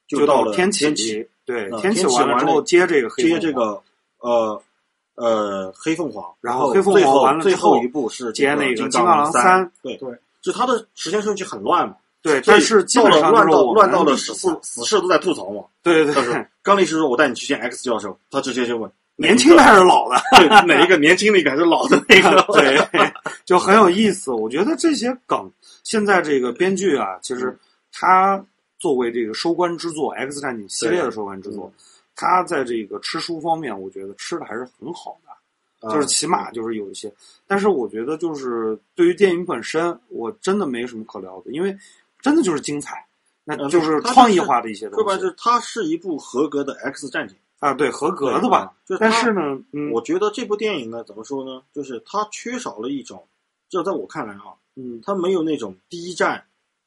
A: 就
C: 到了
A: 天
C: 启，
A: 对，
C: 嗯
A: 天
C: 天启
A: 完
C: 完
A: 之
C: 了
A: 后接这个黑
C: 接
A: 凤
C: 这
A: 凰
C: 个呃呃黑凤凰，
A: 然后
C: 后
A: 哦黑凤凰
C: 最后
A: 完了之
C: 最
A: 后
C: 一部是
A: 接那
C: 那
A: 个
C: 金
A: 金刚狼
C: 三，
A: 三，
C: 就它的时间顺序很乱嘛，
A: 对，
C: 所以
A: 但是基
C: 到
A: 本
C: 了
A: 上
C: 乱
A: 就是
C: 到
A: 我
C: 乱
A: 们
C: 到了
A: 理
C: 死
A: 解
C: 士死士都在吐槽嘛，
A: 对
C: 就
A: 对对
C: 是，刚律师说我带你去见 X 教授，他直接就问
A: *laughs* 年轻的还是老的？
C: 对哪一个年轻的一个还是老的那 *laughs* 个，
A: *laughs* 对，就很有意思。我觉得这些梗，现在这个编剧啊，其
C: 嗯
A: 实他作为这个收官之作《X 战警》系列的收官之
C: 嗯
A: 作，他在这个吃书方面，我觉得吃的还是很好的，
C: 嗯啊
A: 就是起码就是有一些。但是我觉得，就是对于电影本身，我真的没什么可聊的，因为真的就是精彩，那
C: 嗯
A: 就是
C: 它就是
A: 创意化的一些
C: 说白
A: 东
C: 了就
A: 西
C: 是它是一部合格的 X 战警，
A: 啊，对，合格的吧。？
C: 就是它
A: 但是呢，嗯，
C: 我觉得这部电影呢，怎么说呢？就是它缺少了一种，就在我看来啊，
A: 嗯，
C: 它没有那种第一站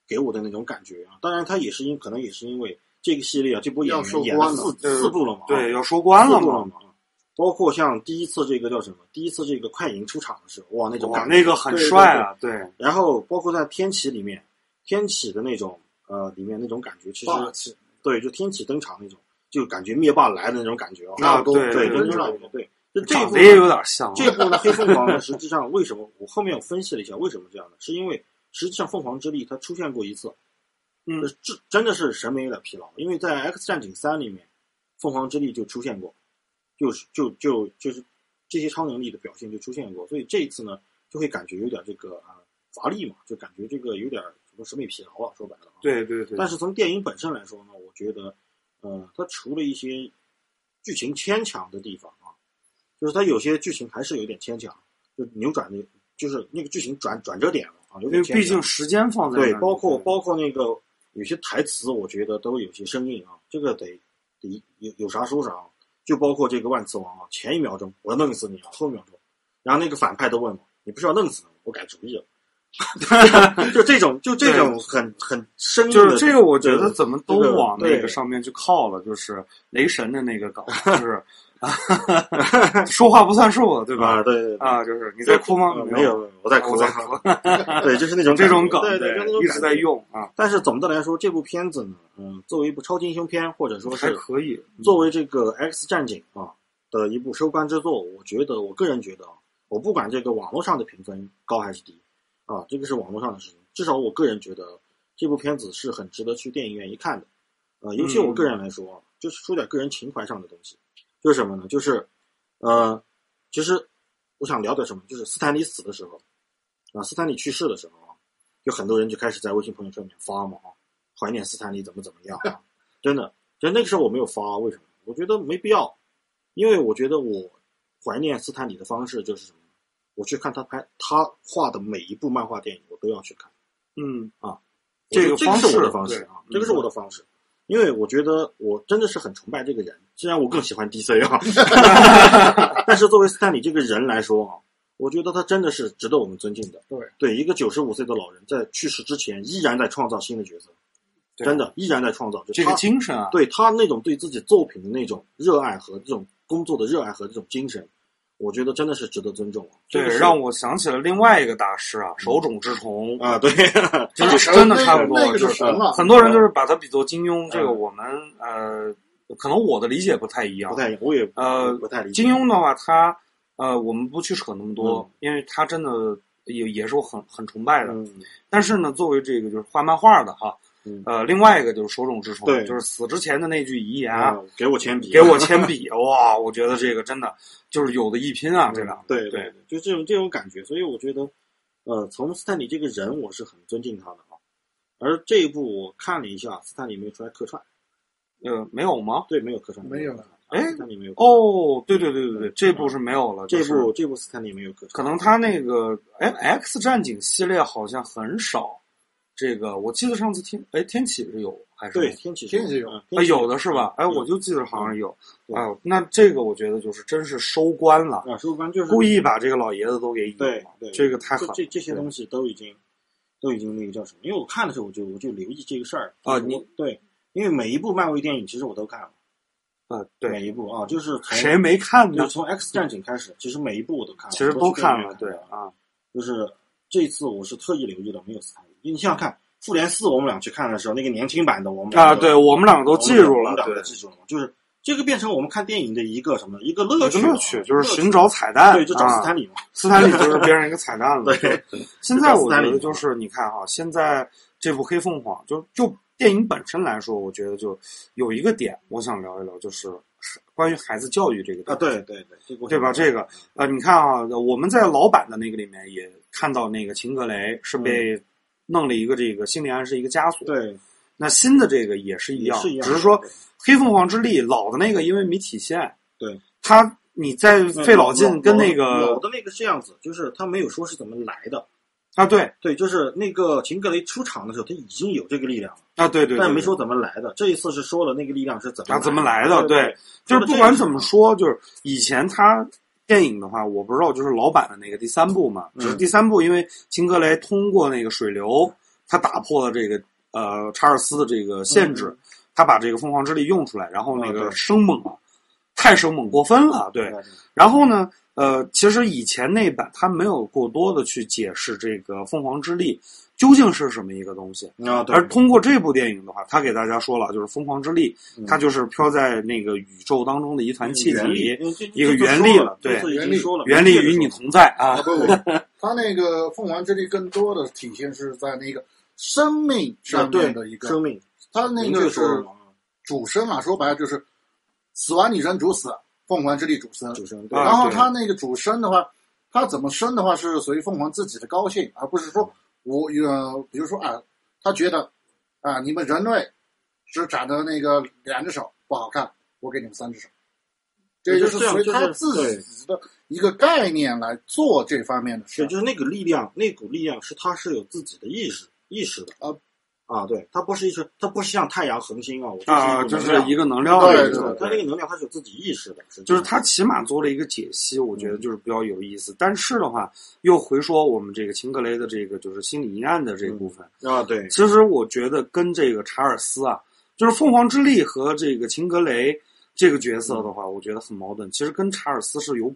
C: 给我的那种感觉啊。当然，它也是因可能也是因为这个系列啊，这部演
B: 要收
C: 员
B: 官
C: 演了
B: 了
C: 四
A: 对
C: 四部了嘛，
A: 对，
C: 啊，
A: 要收官
C: 四
A: 了
C: 部
A: 嘛
C: 了。嘛。啊包括像第一次这个叫什么？第一次这个快银出场的时候，哇，那种
A: 哇，
C: 感觉。
A: 那个很
C: 对对
A: 帅啊，对，
C: 然后包括在天启里面，天启的那种呃里面那种感觉，其实
B: 霸气，
C: 对，就天启登场那种，就感觉灭霸来的那种感觉啊。
A: 啊，
B: 那都
A: 对
C: 对，
A: 对
C: 跟那种
B: 对
C: 对，就这一
A: 长
C: 部
A: 得
C: 呢
A: 也有点像啊。
C: 这部
A: *laughs*
C: 呢，黑凤凰呢，实际上为什么我后面我分析了一下，为什么这样呢？是因为实际上凤凰之力它出现过一次，
A: 嗯
C: 就是这真的是审美有点疲劳，因为在《X 战警三》里面，凤凰之力就出现过，就是就就就是这些超能力的表现就出现过，所以这一次呢，就会感觉有点这个啊乏力嘛，就感觉这个有点什么审美疲劳了，说白了啊。
A: 对对对，
C: 但是从电影本身来说呢，我觉得，呃，它除了一些剧情牵强的地方啊，就是它有些剧情还是有点牵强，就扭转的，就是那个剧情转转折点了啊，有
A: 因
C: 点
A: 为
C: 牵
A: 毕
C: 强
A: 竟。嗯时间放在那儿
C: 对，包括包括那个有些台词，我觉得都有些生硬啊，这个得得有有啥说啥啊。就包括这个万磁王啊，前一秒钟我要弄死你啊，后一秒钟，然后那个反派都问我，你不是要弄死我吗？我改主意了。 *laughs* 就这种，就这种很很生硬
A: 就
C: 的，
A: 是这个，我觉得
C: 对
A: 怎么都
C: 这个
A: 往那
C: 对
A: 个上面去靠了，就是雷神的那个
C: *laughs*
A: 梗，就是啊说话不算数，对
C: 啊，
A: 吧？
C: 对对对
A: 啊，就是你在哭吗？
C: 呃没，有，我在哭，
A: 我
C: 在
A: 在
C: 哭
A: 哭。
C: *laughs* 对，就是那种
A: 这种
C: 感
A: 梗
C: 觉对对，就那种
A: 一
C: 感
A: 直
C: 觉
A: 在。用啊，
C: 但是总的来说，这部片子呢，嗯，作为一部超级英雄片，或者说
A: 还
C: 是
A: 可以。
C: 作为这个《X 战警》啊的一部收官之作，我觉得，我个人觉得啊，我不管这个网络上的评分高还是低，啊，这个是网络上的事情。至少我个人觉得，这部片子是很值得去电影院一看的。呃，尤其我个人来说啊，就是说点个人情怀上的东西，就是什么呢？就是，呃，其实我想聊点什么，就是斯坦李死的时候，啊，斯坦李去世的时候啊，就很多人就开始在微信朋友圈里面发嘛啊，怀念斯坦李怎么怎么样啊，真的，就那个时候我没有发，为什么？我觉得没必要，因为我觉得我怀念斯坦李的方式就是什么呢？我去看他拍他画的每一部漫画电影，我都要去看。
A: 嗯
C: 啊，
A: 这个
C: 我觉得这个是我的方
A: 式
C: 式啊，这个是我的方式，因为我觉得我真的是很崇拜这个人，虽然我更喜欢 DC 啊，但是作为斯坦李这个人来说啊，我觉得他真的是值得我们尊敬的。
B: 对，
C: 对，一个九十五岁的老人在去世之前依然在创造新的角色，
A: 对
C: 真的依然在创造，就
A: 这个
C: 他
A: 精神啊，
C: 对他那种对自己作品的那种热爱和这种工作的热爱和这种精神，我觉得真的是值得尊重啊。这
A: 对
C: 个是，
A: 让我想起了另外一个大师啊，手冢治虫
C: 啊，对，
A: 真
B: 那
A: 的
B: 是
A: 真的差不多，
B: 那个
A: 就
B: 就是神了
A: 很多人就是把它比作金庸，这个
C: 哦嗯
A: 我们呃，可能我的理解不太一样
C: 不。太，我也
A: 呃
C: 不太理解
A: 金庸的话，他呃，我们不去扯那么多，因为他真的也也是我很很崇拜的。
C: 嗯嗯
A: 但是呢，作为这个就是画漫画的哈
C: 嗯，
A: 呃，另外一个就是手冢治虫
C: 对，
A: 就是死之前的那句遗言，
C: 啊，给我铅笔，
A: 给我铅笔， *laughs* 哇，我觉得这个真的就是有的一拼
C: 嗯
A: 啊，这两个。
C: 对
A: 对，
C: 就这种这种感觉，所以我觉得，呃，从斯坦李这个人，我是很尊敬他的啊。而这一部我看了一下，斯坦李没有出来客串，
A: 呃，没有吗？
C: 对，没有客串，
B: 没有
C: 客串啊
A: 哎
C: 斯坦李没有客串，
A: 哦，对对对对对，这部是没有了，就
C: 这
A: 是
C: 部这部斯坦李没有客串，
A: 可能他那个哎，X 战警系列好像很少。这个我记得上次听哎，天启是有还是
C: 对天启
B: 天启有
A: 啊
C: 啊
A: 有的是吧？哎，
C: 有嗯
A: 我就记得好像有。
C: 对
A: 哎呦，那这个我觉得就是真是收官了，
C: 啊，收官就是
A: 故意把这个老爷子都给引
C: 对
A: 了
C: 对，
A: 这个太狠
C: 这
A: 了
C: 这这些东西都已经都已经那个叫什么？因为我看的时候我就我就留意这个事儿
A: 啊
C: 就是
A: 你
C: 我对，因为每一部漫威电影其实我都看了，
A: 啊！对，
C: 每一部啊，就是从
A: 谁没看
C: 就
A: 呢？
C: 从 X 战警开始，其实每一部我都看了，
A: 其实
C: 我
A: 都
C: 去电
A: 看
C: 影院
A: 了，
C: 看
A: 对
C: 的啊
A: 啊，
C: 就是这次我是特意留意了没有斯坦李，因为你想想看，复联四我们俩去看的时候，那个年轻版的我们俩
A: 啊，对我们两个
C: 我
A: 都
C: 们
A: 记住
C: 我
A: 了
C: 们，两
A: 对
C: 个，记住了嘛，就是这个变成我们看电影的一个什么一个乐
A: 有
C: 趣
A: 个
C: 了，
A: 乐趣就是
C: 乐
A: 寻找彩蛋，
C: 对，就找
A: 啊
C: 斯坦李嘛，
A: 斯坦李就是别人一个彩蛋
C: *laughs*
A: 了。
C: 对，
A: 现在
C: 就
A: 我
C: 斯坦
A: 觉
C: 李
A: 得就是你看啊，现在这部《黑凤凰》就就电影本身来说，我觉得就有一个点，我想聊一聊，就是关于孩子教育这个
C: 啊，
A: 点
C: 对对对，这个
A: 对吧？这个呃，你看啊，我们在老版的那个里面也看到，那个秦格雷是被弄了一个这个心理暗示一个枷锁。
C: 嗯对
A: 那新的这个也是一
C: 也
A: 样，
C: 是一样，
A: 只是说黑凤凰之力老的那个因为没体现，
C: 对
A: 他你在
C: 对
A: 费老劲跟那
C: 老
A: 个
C: 的那个是这样子，就是他没有说是怎么来的，
A: 啊对
C: 对，就是那个秦格雷出场的时候，他已经有这个力量了，
A: 啊对对，对
C: 但没说怎么来的。这一次是说了那个力量是怎么
A: 啊怎么来
C: 的
A: 的，，对，就是不管怎么说，就是以前他。电影的话，我不知道，就是老版的那个第三部嘛，
C: 嗯
A: 只是第三部，因为秦格雷通过那个水流，他打破了这个呃查尔斯的这个限制，他把这个凤凰之力用出来，然后那
C: 啊
A: 个
C: 嗯对
A: 生猛了，太生猛过分了，对
C: 对，对
A: 然后呢，呃，其实以前那版它没有过多的去解释这个凤凰之力究竟是什么一个东西，
C: 对啊，对
A: 而通过这部电影的话，它给大家说了，就是凤凰之力，
C: 嗯
A: 它就是飘在那个宇宙当中的一团气体
C: 原
A: 里，
C: 理
A: 一个原
C: 力
A: 力了对
C: 原理说了，
A: 原力与你同在
B: 啊
A: 啊，
B: 不不，他那个凤凰之力更多的体现是在那个生命
C: 啊
B: 上面
C: 对
B: 的一个，
C: 生命
B: 他那
C: 您
B: 个
C: 就是说了嘛
B: 主生啊，说白了就是死完女神主死，凤凰之力主生。
C: 主生对
A: 啊
B: 然后
A: 对
B: 他那个主生的话，他怎么生的话是随凤凰自己的高兴，而不是说我呃，比如说啊，他觉得啊，你们人类只长得那个两只手不好看，我给你们三只手。这就是
C: 这样
B: 随
C: 就是
B: 他自己的一个概念来做这方面的事
C: 对，。就是那个力量，那股力量是它是有自己的意识意识的
B: 啊
C: 啊，对，它不是一直，它不是像太阳恒星啊，我
A: 啊，
C: 就
A: 就是是一
C: 个
A: 个能量
C: 能
A: 的
C: 量
A: 一
B: 对
A: 个
C: 它那个能量它是有自己意识的，
A: 就是
C: 它
A: 他起码做了一个解析，我觉得就是比较有意思。但是的话，又回说我们这个秦格雷的这个就是心理阴暗的这个部分，
C: 啊，对，
A: 其实我觉得跟这个查尔斯啊，就是凤凰之力和这个秦格雷这个角色的话，我觉得很矛盾。其实跟查尔斯是有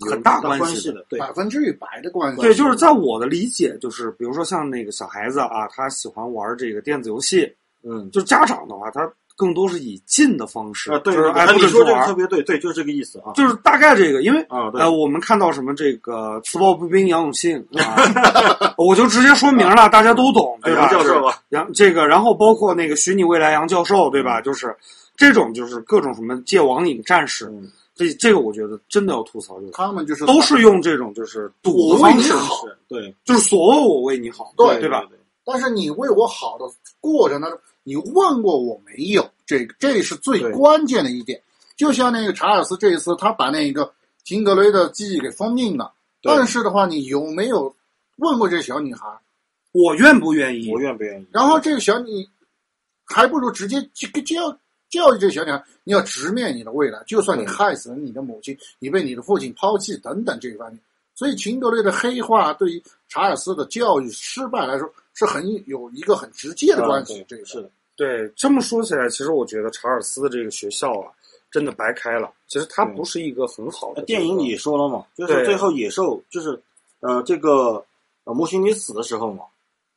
A: 很大
C: 关
A: 系的。
C: 的，对，
B: 百分之一百的关系，
A: 对，就是在我的理解，就是比如说像那个小孩子啊，他喜欢玩这个电子游戏，
C: 嗯。
A: 就家长的话，他更多是以禁的方式，
C: 啊，对，
A: 就是
C: 对
A: 哎
C: 哎，
A: 不
C: 你
A: 准去
C: 说这个特
A: 玩，
C: 别对，对，就是这个意思啊。
A: 就是大概这个，因为
C: 啊，对
A: 呃，，我们看到什么这个“此暴不兵，杨永信”啊， *laughs* 我就直接说明了，大家都懂，对吧？
C: 杨教授啊，
A: 杨这个，然后包括那个“许你未来，杨教授”，对
C: 嗯
A: 吧？就是这种，就是各种什么戒网瘾战士，
C: 嗯
A: 这这个我觉得真的要吐槽，就是
B: 他们就是
A: 都是用这种就是赌
B: 我
A: 的
B: 为
A: 方
B: 你
A: 式，
B: 好，
C: 是对，
A: 就是所谓我为你好，
B: 对
A: 对吧？？
B: 但是你为我好的过程当中，你问过我没有？这个这是最关键的一点。就像那个查尔斯这一次，他把那个金格雷的记忆给封印了，
C: 对
B: 但是的话，你有没有问过这小女孩？
A: 我愿不愿意
C: 我？愿不愿意？
B: 然后这个小女，还不如直接去教教育这小女孩，你要直面你的未来，就算你
C: 对
B: 害死了你的母亲，你被你的父亲抛弃等等这一方面。所以秦德瑞的黑化对于查尔斯的教育失败来说是很有一个很直接的关系
C: 啊。
B: 这
C: 对
B: 个
C: 是的，
A: 对，这么说起来，其实我觉得查尔斯的这个学校啊，真的白开了。其实它
C: 对
A: 不是一个很好的
C: 呃电影里也说了嘛，就是
A: 对
C: 最后野兽就是呃这个呃摩西尼死的时候嘛，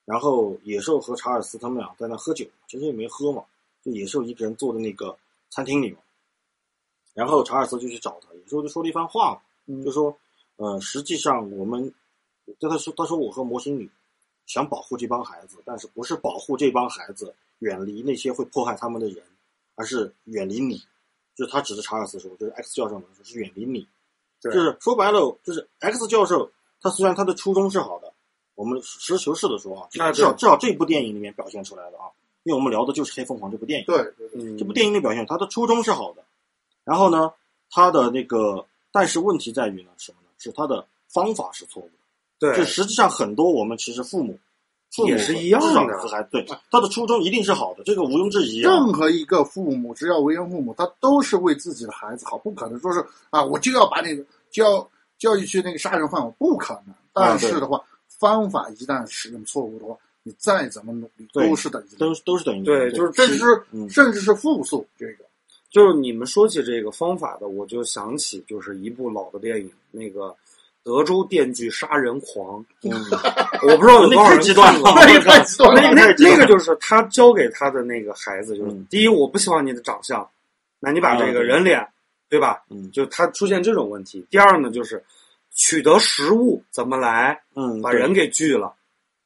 C: 然后野兽和查尔斯他们俩在那喝酒，其实也没喝嘛，就野兽一个人坐在那个餐厅里嘛，然后查尔斯就去找他，野兽就说了一番话嘛，
B: 嗯
C: 就说呃实际上我们对他说他说我和摩西女想保护这帮孩子，但是不是保护这帮孩子远离那些会迫害他们的人，而是远离你。就是他指着查尔斯说，就是 X 教授嘛，说是远离你，
A: 对
C: 就是说白了，就是 X 教授，他虽然他的初衷是好的，我们实事求是的说
A: 啊
C: 啊，至少
A: 对
C: 至少这部电影里面表现出来的啊，因为我们聊的就是《黑凤凰》这部电影，
B: 对，
A: 嗯
C: 这部电影里表现他的初衷是好的，然后呢，他的那个但是问题在于呢什么呢？是他的方法是错误的，
A: 对
C: 就实际上很多我们其实父母。父母
A: 也是一样的
C: 至少和孩子对他的初衷一定是好的，这个毋庸置疑啊。
B: 任何一个父母，只要为人父母，他都是为自己的孩子好，不可能说是啊，我就要把你教教育去那个杀人犯，我不可能。但是的话，方法一旦使用错误的话，你再怎么努力
C: 对
B: 都是等于零，
C: 都是都是等于
A: 对，就是
B: 甚
A: 其
B: 至
A: 实
B: 是、
C: 嗯
B: 甚至是负数。这 *laughs* 个
A: 就是你们说起这个方法的，我就想起就是一部老的电影，那个《德州电锯杀人狂，我不知道有多少人
C: 那太极端了
A: 看过
B: 那也哎太极端 *laughs* 了
A: 那那那个就是他教给他的那个孩子，就是、
C: 嗯啊
A: 第一，我不喜欢你的长相，那你把这个人脸，对吧？
C: 嗯
A: 就他出现这种问题。第二呢，就是取得食物怎么来 *laughs*
C: 嗯，
A: 把人给拒了，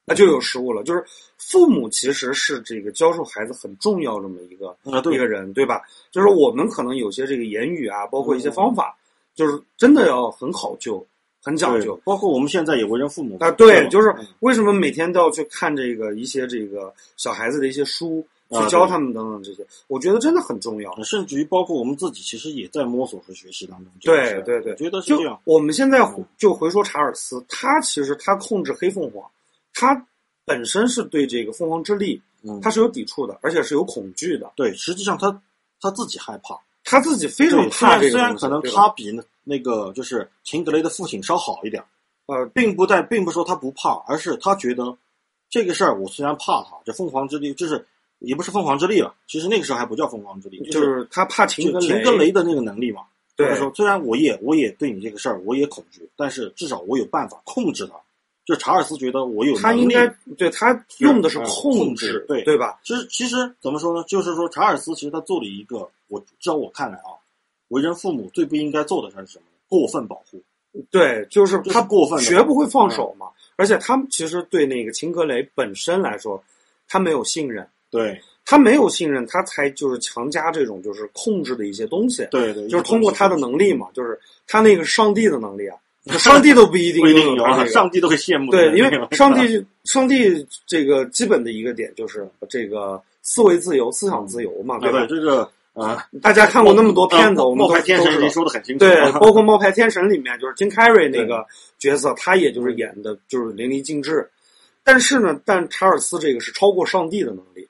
A: 那就有食物了。就是父母其实是这个教授孩子很重要这么一个
C: 对啊
A: 一
C: 对，
A: 个人，对吧？就是我们可能有些这个言语啊，包括一些
C: 嗯
A: 方法，就是真的要很考究、很讲
C: 对
A: 究。
C: 包括我们现在也为人父母嗯
A: 啊，对，就是为什么每天都要去看这个一些这个小孩子的一些书，
C: 啊
A: 去教他们等等这些，我觉得真的很重要。
C: 甚至于包括我们自己，其实也在摸索和学习当中。
A: 对
C: 这个事儿
A: 对对
C: 我觉得是
A: 就
C: 这样。嗯
A: 我们现在回就回说查尔斯，他其实他控制黑凤凰，他本身是对这个凤凰之力
C: 嗯，
A: 他是有抵触的，而且是有恐惧的，
C: 对，实际上他他自己害怕，
A: 他自己非
C: 对
A: 常
C: 虽
A: 怕
C: 然
A: 这个
C: 虽然
A: 东西。
C: 可能
A: 对吧
C: 他比那那个就是秦格雷的父亲稍好一点，
A: 呃，
C: 并不代并不说他不怕，而是他觉得这个事儿我虽然怕他，这凤凰之力就是也不是凤凰之力了，其实那个时候还不叫凤凰之力，
A: 就是是他怕
C: 就
A: 秦格
C: 秦格雷的那个能力嘛。
A: 对
C: 他说虽然我也我也对你这个事儿我也恐惧，但是至少我有办法控制它。就查尔斯觉得我有
A: 他
C: 能
A: 应
C: 力
A: 该对他用的是
C: 嗯
A: 控
C: 控
A: 制
C: 制，对
A: 对吧？
C: 其实其实怎么说呢？就是说，查尔斯其实他做了一个，我至少我看来啊，为人父母最不应该做的事儿是什么呢？过分保护。
A: 对，就是
C: 就是
A: 他
C: 过分的嗯
A: 学不会放手嘛。而且他们其实对那个秦格雷本身来说，他没有信任，
C: 对
A: 他没有信任，他才就是强加这种就是控制的一些东西，
C: 对对，
A: 就是通过他的能力嘛，就是他那个上帝的能力啊，
C: 嗯
A: 上帝都不一定
C: 不一定
A: 拥有
C: 有
A: 他
C: 啊，
A: 这个
C: 上帝都会羡慕的。
A: 对，
C: *laughs*
A: 因为上
C: 啊
A: 帝，上帝这个基本的一个点就是呃这个思维自由、思想自由嘛，对吧
C: 对？这个啊，
A: 大家看过那么多片子，我们
C: 冒
A: 都
C: 牌天
A: 都
C: 神
A: 知
C: 已
A: 道
C: 经说的很清楚
A: 对
C: 了。，
A: 包括《冒牌天神》里面，就是金凯瑞那
C: 对
A: 个角色，他也就是演的就是淋漓尽致。但是呢，但查尔斯这个是超过上帝的能力。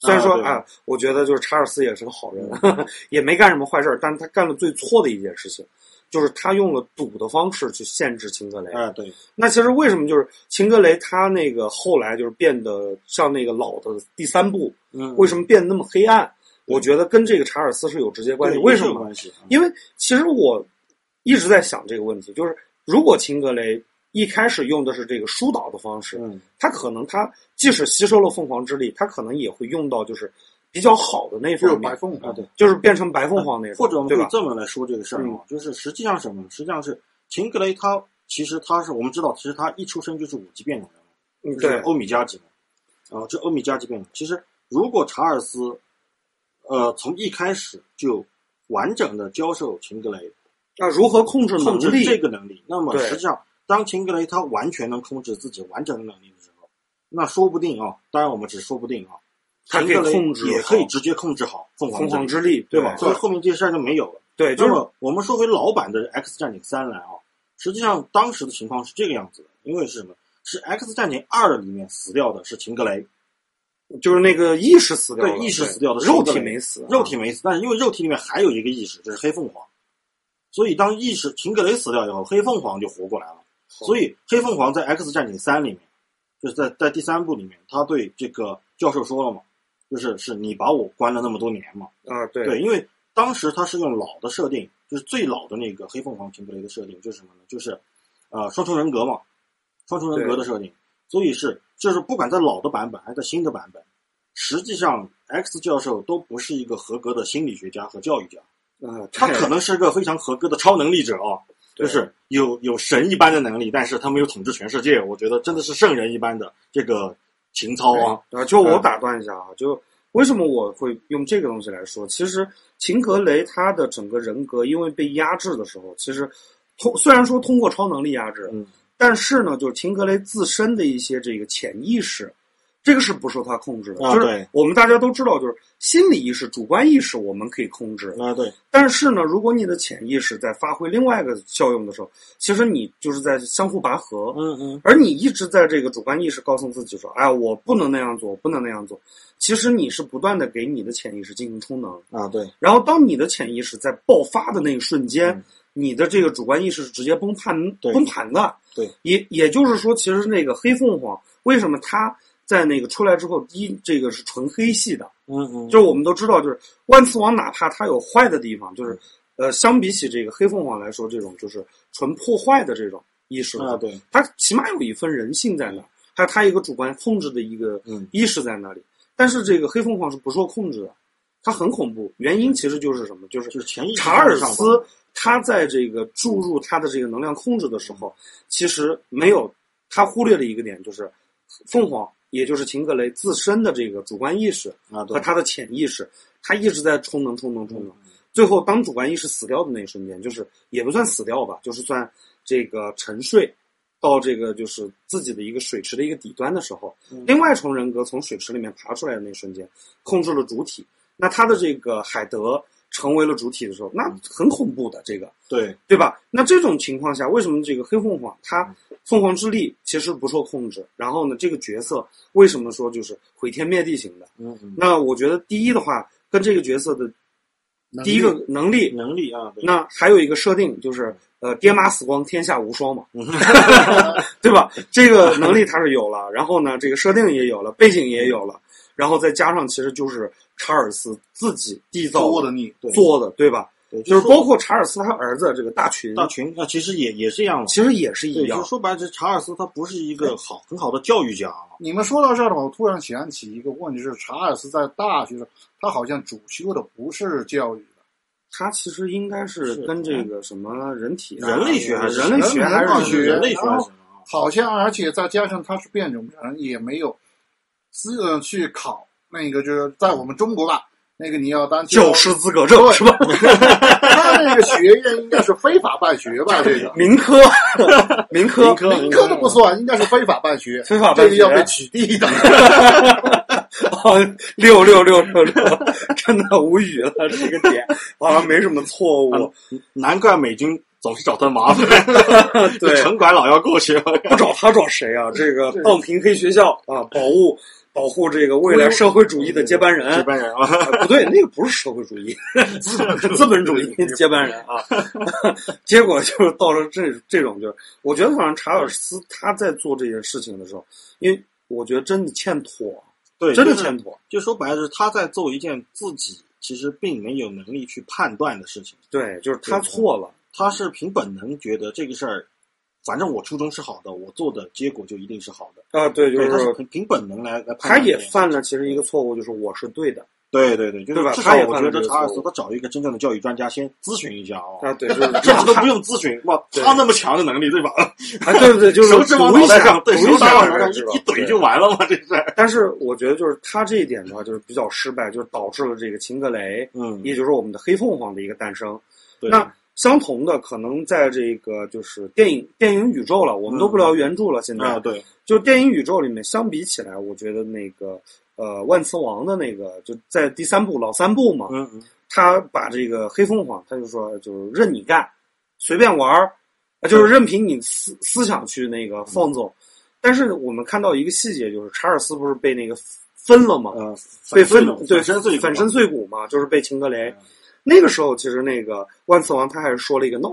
A: 虽然说
C: 啊对
A: 啊、我觉得就是查尔斯也是个好人， *laughs* 也没干什么坏事儿，但他干了最错的一件事情，就是他用了赌的方式去限制秦格雷。
C: 哎，对，
A: 那其实为什么就是秦格雷他那个后来就是变得像那个老的第三部，
C: 嗯
A: 为什么变得那么黑暗？我觉得跟这个查尔斯是有直接关系。为什么？
C: 关系？啊
A: 因为其实我一直在想这个问题，就是如果秦格雷一开始用的是这个疏导的方式，
C: 嗯，
A: 他可能他即使吸收了凤凰之力，他可能也会用到就是比较好的那
B: 就是
A: 方
B: 白
A: 面，
B: 凤凰
C: 啊，对。
A: 就是变成白凤凰那种，
C: 或者我们
A: 对
C: 可以
A: 吧？嗯
C: 这么来说这个事儿啊，就是实际上是什么呢？实际上是秦格雷他其实他是我们知道，其实他一出生就是五级变种人。
A: 嗯
C: 就是
A: 对，
C: 欧米茄级嘛，啊，这欧米茄级变种。其实如果查尔斯，呃，从一开始就完整的教授秦格雷
A: 那如何控制能
C: 控制
A: 力？
C: 这个能力，那么
A: 对
C: 实际上，当秦格雷他完全能控制自己完整的能力的时候，那说不定啊，当然我们只说不定啊，
A: 他
C: 秦
A: 可以
C: 格雷
A: 控制好
C: 也可以直接控制好凤凰
A: 凤凰
C: 之
A: 之力，
C: 对吧？
A: 吧？
C: 所以后面这事儿就没有了。
A: 对，就
C: 那
A: 是
C: 么我们说回老版的《X 战警三》来啊，实际上当时的情况是这个样子的，因为是什么？是《X 战警二》里面死掉的是秦格雷，
A: 就是那个意识死掉了，
C: 对意识死掉的
A: 肉
C: 是
A: 体
C: 那个
A: 没死，啊
C: 肉体没死，但是因为肉体里面还有一个意识，就是黑凤凰，所以当意识秦格雷死掉以后，黑凤凰就活过来了。所以黑凤凰在《X 战警三》里面，就是在在第三部里面，他对这个教授说了嘛，就是是你把我关了那么多年嘛，
A: 啊，对，
C: 对，因为当时他是用老的设定，就是最老的那个黑凤凰秦格雷的设定，就是什么呢？就是呃双重人格嘛，双重人格的设定，所以是就是不管在老的版本还是在新的版本，实际上 X 教授都不是一个合格的心理学家和教育 *laughs* 家，
A: 啊，
C: 他可能是个非常合格的超能力者啊。
A: 对
C: 就是有有神一般的能力，但是他没有统治全世界。我觉得真的是圣人一般的这个情操啊，
A: 啊，就我打断一下啊，就为什么我会用这个东西来说？其实秦格雷他的整个人格因为被压制的时候，其实通虽然说通过超能力压制，
C: 嗯，
A: 但是呢，就是秦格雷自身的一些这个潜意识。这个是不受他控制的，
C: 啊
A: 就是
C: 对
A: 我们大家都知道，就是心理意识、主观意识我们可以控制，
C: 啊对，
A: 但是呢，如果你的潜意识在发挥另外一个效用的时候，其实你就是在相互拔河，
C: 嗯嗯，
A: 而你一直在这个主观意识告诉自己说：“哎，我不能那样做，我不能那样做。”其实你是不断的给你的潜意识进行充能，
C: 啊对，
A: 然后当你的潜意识在爆发的那一瞬间，
C: 嗯
A: 你的这个主观意识是直接崩盘
C: 对
A: 崩盘的。
C: 对，
A: 也也就是说，其实那个黑凤凰为什么它在那个出来之后，第一这个是纯黑系的，
C: 嗯嗯，
A: 就是我们都知道，就是万磁王哪怕它有
C: 嗯
A: 坏的地方，就是呃，相比起这个黑凤凰来说，这种就是纯破坏的这种，意识
C: 啊，
A: 了，
C: 对，
A: 他起码有一份人性在那儿，还有他一个主观控制的一个
C: 嗯
A: 意识在那里。但是这个黑凤凰是不受控制的，它很恐怖。原因其实就是什么？就是
C: 就是潜意识
A: 查尔
C: 上吧
A: 斯他在这个注入他的这个能量控制的时候，其实没有他忽略了一个点，就是凤凰，也就是秦格雷自身的这个主观意识
C: 啊，
A: 和
C: 对，
A: 他的潜意识，他一直在充能、充能、充能。最后，当主观意识死掉的那一瞬间，就是也不算死掉吧，就是算这个沉睡到这个就是自己的一个水池的一个底端的时候，
C: 嗯
A: 另外一重人格从水池里面爬出来的那一瞬间，控制了主体。那他的这个海德成为了主体的时候，那很恐怖的这个。
C: 对，
A: 对吧？那这种情况下，为什么这个黑凤凰它凤凰之力其实不受控制？然后呢，这个角色为什么说就是毁天灭地型的？
C: 嗯嗯，
A: 那我觉得第一的话，跟这个角色的
B: 能力
A: 第一个能力，
C: 能力啊，对，
A: 那还有一个设定就是呃，爹妈死光，天下无双嘛，
C: 嗯
A: *laughs* 对吧？这个能力它是有了，然后呢，这个设定也有了，背景也有了，然后再加上其实就是查尔斯自己缔造
B: 作
A: 的
B: 的你，
C: 对
A: 做的，对吧？
C: 对
A: 就是
C: 说
A: 包括查尔斯他儿子这个大群，
C: 大群啊，其实也也这样了。
A: 其实也是一
C: 对，就
A: 样
C: 是。说白了，这查尔斯他不是一个好很好的教育家啊。
B: 你们说到这儿了，我突然想起一个问题是，查尔斯在大学的时候，他好像主修的不是教育的，
A: 它其实应该是
C: 是
A: 跟这个什么人体啊、
C: 人类学还是
A: 人类学还
B: 人类
A: 是
B: 学
C: 人类学还是什么啊？
B: 好像而且再加上他是变种人，也没有资格去考那个，就是在我们中国吧，那个你要当
A: 教师资格证
C: *laughs*
A: 是吧？
B: 他那个学院应该是非法办学吧？这个
A: 民科，民科
C: 民，科
B: 民科都不算，应该是非法办学，
A: 非法
B: 这
A: 办
B: 个
A: 学
B: 要被取缔的。 *laughs*
A: 哦六六六六六，真的无语了， *laughs* 这个点好像没什么错误，
C: 难怪美军总是找他麻烦， *laughs*
A: 对
C: 城管老要过去。
A: 不找他找谁啊？这个荡平黑学校啊，保护保护这个未来社会主义的接班人，
C: 这帮人啊，
A: 啊不对，那个不是社会主义， *laughs* 资本主义接班人啊。 *laughs* 结果就是到了这这种，就是我觉得好像查尔斯他在做这件事情的时候，因为我觉得真的欠妥，
C: *laughs* 对，
A: 真的
C: 就是
A: 欠妥。
C: 就说白了，就是他在做一件自己其实并没有能力去判断的事情，
A: 对，就是他错了，
C: 他是凭本能觉得这个事儿，反正我初衷是好的，我做的结果就一定是好的。
A: 啊，对，就
C: 嗯对，他是
A: 是
C: 凭凭本能来来判
A: 他
C: 断这
A: 也
C: 个。
A: 犯了其实一个错误，就是我是对的
C: 对对对，就
A: 对吧
C: 是至
A: 他
C: 少
A: 也
C: 我
A: 犯
C: 觉
A: 了这
C: 得
A: 个
C: 查尔斯
A: 错误
C: 他找一个真正的教育专家先咨询一下啊、
A: 啊，对， *laughs* 就是
C: 甚至都不用咨询，哇，他那么强的能力，对吧？
A: 啊，对对对，就是
C: *laughs* 手指往
A: 读
C: 脑
A: 一
C: 袋
A: 下
C: 上，，对，
A: 读
C: 手
A: 一
C: 指往
A: 下
C: 脑袋上一一
A: 对
C: 怼就完了嘛，这是。
A: 但是我觉得就是他这一点的话，就是比较失败，就是导致了这个秦格雷，
C: 嗯
A: 也就是我们的黑凤凰的一个诞生。
C: 对
A: 那相同的，可能在这个就是电影电影宇宙了，我们都不
C: 嗯
A: 聊原著了。现在、
C: 啊，对，
A: 就电影宇宙里面相比起来，我觉得那个呃万磁王的那个就在第三部老三部嘛，
C: 嗯嗯，
A: 他把这个黑凤凰，他就说就是任你干，随便玩儿，呃就是任凭你思思想去那个放纵。但是我们看到一个细节，就是查尔斯不是被那个分了吗？
C: 呃，
A: 被分对
C: 粉身碎骨
A: 粉身碎骨嘛，就是被秦格雷
C: 嗯。
A: 那个时候，其实那个万磁王他还是说了一个 no，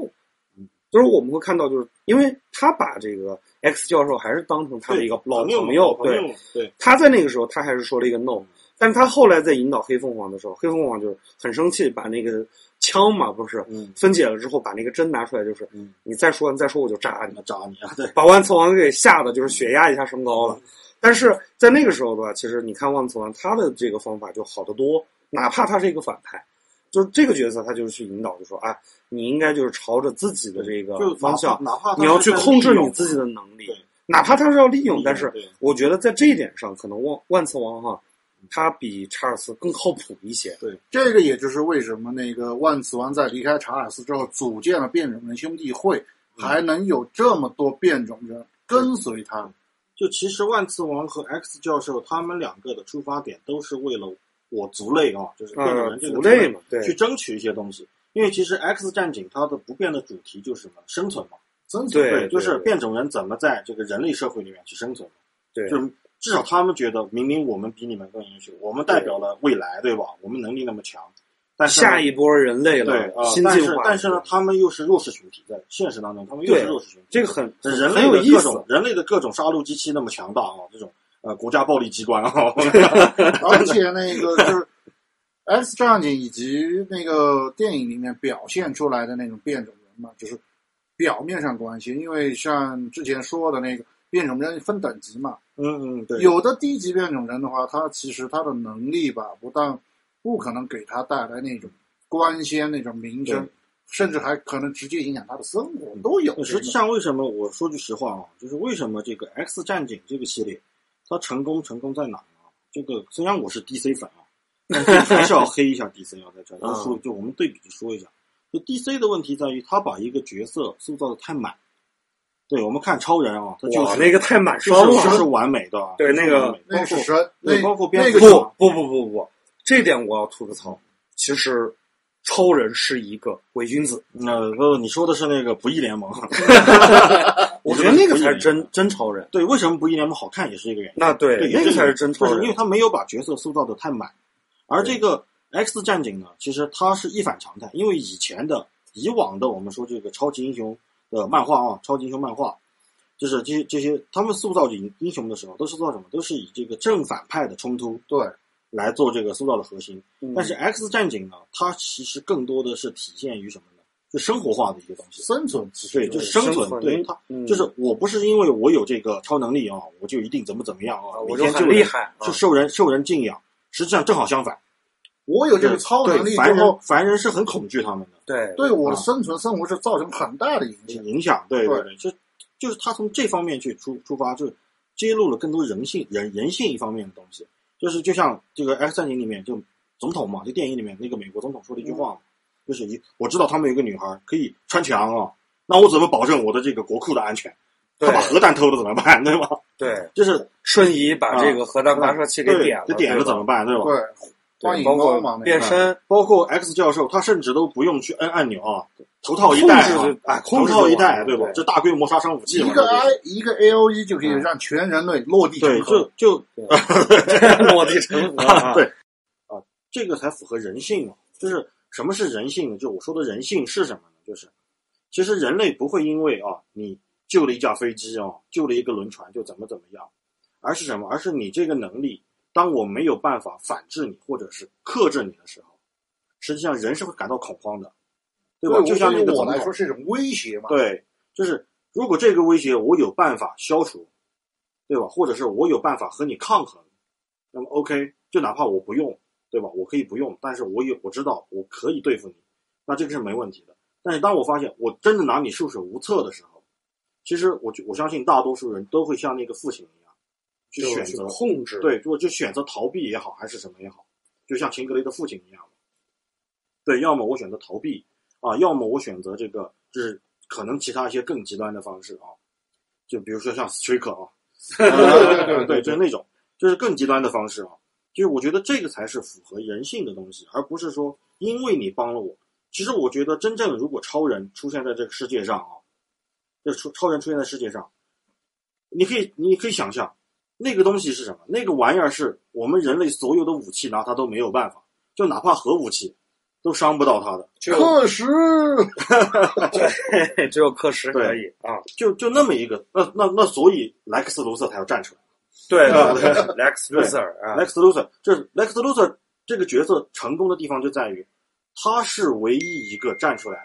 A: 就是
C: 嗯
A: 我们会看到，就是因为他把这个 X 教授还是当成他的一个老
C: 朋友嘛
A: 朋友，
C: 朋
A: 对，
C: 友嘛对，
A: 他在那个时候他还是说了一个 no，但是他后来在引导黑凤凰的时候，黑凤凰就是很生气，把那个枪嘛不是
C: 嗯，
A: 分解了之后，把那个针拿出来，就是
C: 嗯
A: 你再说你再说我就扎你，
C: 那扎你啊，对，
A: 把万磁王给吓得就是血压一下升高
C: 嗯
A: 了。但是在那个时候的话，其实你看万磁王他的这个方法就好得多，哪怕他是一个反派，就是这个角色他就是去引导，就说啊，你应该就是朝着自己的这个
C: *laughs* 嗯就
A: 方向，
C: 哪怕哪怕他
A: 你要去控制
C: 是在利
A: 你
C: 用
A: 自己的能力
C: 对，
A: 哪怕他是要利
C: 利
A: 用，
C: 用
A: 但是
C: 对
A: 我觉得在这一点上，可能万万磁王哈，他比查尔斯更靠谱一些。
B: 这个也就是为什么那个万磁王在离开查尔斯之后，组建了变种人兄弟会，
A: 嗯
B: 还能有这么多变种人跟随他。
C: 就其实万磁王和 X 教授他们两个的出发点都是为了我族类啊，就是变种
A: 呃，
C: 人这个
A: 族类
C: 嘛。
A: 嘛，对，
C: 去争取一些东西。因为其实《X 战警》它的不变的主题就是什么？生存嘛。
B: 真是
A: 对
C: 就是
A: 对
C: 变种人怎么在这个人类社会里面去生存。
A: 对
C: 就是至少他们觉得，明明我们比你们更优秀，我们代表了未来，对吧？我们能力那么强，但是呢
A: 下一波人类了
C: 对啊、，
A: 新
C: 但
A: 进
C: 是
A: 化，
C: 但是呢，他们又是弱势群体，在现实当中，他们又
A: 对
C: 是弱势群体。
A: 这个很
C: 这人
A: 很
C: 类
A: 有
C: 的
A: 意
C: 各
A: 思
C: 种。人类的各种杀戮机器那么强大啊，这种呃国家暴力
A: *laughs*
C: 机关啊， *laughs*
B: 而且那个就是 X 战警以及那个电影里面表现出来的那种变种人嘛，就是表面上关系，因为像之前说的那个变种人分等级嘛，
C: 嗯嗯，对，
B: 有的低级变种人的话，他其实他的能力吧，不但不可能给他带来那种光鲜、那种名声
C: 对，嗯
B: 甚至还可能直接影响他的生活，都有这种。
C: 实际上，为什么我说句实话啊，就是为什么这个 X 战警这个系列，它成功成功在哪呢？这个虽然我是 DC 粉啊， *laughs* 但是还是要黑一下 DC 啊，在这儿
A: 嗯
C: 就说就我们对比着说一下，就 DC 的问题在于他把一个角色塑造的太满。对，我们看超人啊，他就
A: 哇
C: 是
A: 那个太满
C: 就
A: 双
C: 是
A: 了
C: 就是完美的啊，
A: 对那个
C: 就是完美
B: 那
C: 包
B: 个是
C: 括
B: 神，那
C: 对包括
B: 那
C: 蝙
B: 个
C: 蝠
B: 是
C: 侠
A: 不不不不不，这点我要吐个槽。其实，超人是一个伪君子，
C: 呃，不，你说的是那个不义联盟，
A: *laughs*
C: *laughs*
A: 我觉得那个才是真真超人。
C: 对，为什么不义联盟好看也是这个原因。
A: 那对，
C: 对，
A: 那个才是真超
C: 就是因为
A: 人。
C: 他没有把角色塑造的太满。而这个 X 战警呢，其实它是一反常态，因为以前的、以往的我们说这个超级英雄的漫画啊，超级英雄漫画，就是这些这些他们塑造英英雄的时候，都是做什么？都是以这个正反派的冲突
B: 对
C: 来做这个塑造的核心。
A: 嗯
C: 但是 X 战警呢，它其实更多的是体现于什么呢？就生活化的一个东西。
B: 生存其实
C: 对，就生存，对它，
A: 嗯
C: 就是我不是因为我有这个超能力啊，我就一定怎么怎么样啊，
A: 我
C: 每
A: 就
C: 天
A: 很
C: 就
A: 厉害，啊
C: 就受人受人敬仰。实际上正好相反，
B: 我有这个超能力
C: 对
B: 之
C: 凡人
B: 后，
C: 凡人是很恐惧他们的
A: 对
B: 对我的
C: 啊
B: 生存生活是造成很大的影响。
C: 影响，对
B: 对
C: 对对，就就是他从这方面去出出发，就揭露了更多人性人人性一方面的东西。就是就像这个《X 战警》里面，就总统嘛，就电影里面那个美国总统说的一句话
A: 嗯
C: 嘛，就是一我知道他们有个女孩可以穿墙啊，那我怎么保证我的这个国库的安全？他
A: 对
C: 把核弹偷了怎么办？对吧？
A: 对，
C: 就是
A: 瞬移把这个核弹发射器给
C: 对
A: 点了，
C: 就点了怎
A: 么？
C: 么办？对吧？
B: 对，欢
A: 对
B: 迎
A: 包
B: 猫嘛
A: 括，
B: 那
A: 变
B: 个
A: 身，
C: 包括 X 教授，他甚至都不用去摁按钮啊，头套一戴
A: 控制
C: 啊
A: 就，
C: 哎，
A: 控
C: 头
A: 制
C: 套一
A: 就完
C: 戴，
A: 了
C: 对吧
A: 对？
C: 这大规模杀伤武器
B: 一
C: 嘛，
B: 个
C: 这
B: I
C: 是
B: 一个 A O E 就可以让全人类落地
C: 对，
B: 成盒
C: 就就，
A: *laughs* 落地成
B: *laughs*
A: 盒啊
C: *laughs* 对啊，这个才符合人性嘛。就是什么是人性呢？就我说的人性是什么呢？就是其实人类不会因为啊，你救了一架飞机啊，救了一个轮船就怎么怎么样，而是什么？而是你这个能力，当我没有办法反制你或者是克制你的时候，实际上人是会感到恐慌的，对吧？
B: 对
C: 就像那个
B: 我
C: 总
B: 来
C: 统
B: 说。是一种威胁嘛。
C: 对，就是如果这个威胁我有办法消除，对吧？或者是我有办法和你抗衡，那么 OK，就哪怕我不用，对吧？我可以不用，但是我有我知道我可以对付你，那这个是没问题的。但是当我发现我真的拿你束手无策的时候，其实我就我相信大多数人都会像那个父亲一样，去
A: 就
C: 选
A: 去
C: 择
A: 控制，
C: 对，如果就选择逃避也好，还是什么也好，就像秦格雷的父亲一样，对，要么我选择逃避啊，要么我选择这个，就是可能其他一些更极端的方式啊，就比如说像 Striker 啊，
B: 对对对
C: 对，
B: 对
C: 就是那种，就是更极端的方式啊，就是我觉得这个才是符合人性的东西，而不是说因为你帮了我。其实我觉得，真正如果超人出现在这个世界上啊，这个超超人出现在世界上，你可以你可以想象，那个东西是什么？那个玩意儿是我们人类所有的武器拿它都没有办法，就哪怕核武器，都伤不到它的。
A: 只
B: *laughs*
A: 有
B: 克什，
A: 只有克什可以啊，
C: 就就那么一个，那那那，所以莱克斯卢瑟才要站出来。
A: 对对
C: 对
A: 对，Lex Luthor 啊，
C: 莱克斯卢瑟就是莱克斯卢瑟这个角色成功的地方就在于，他是唯一一个站出来，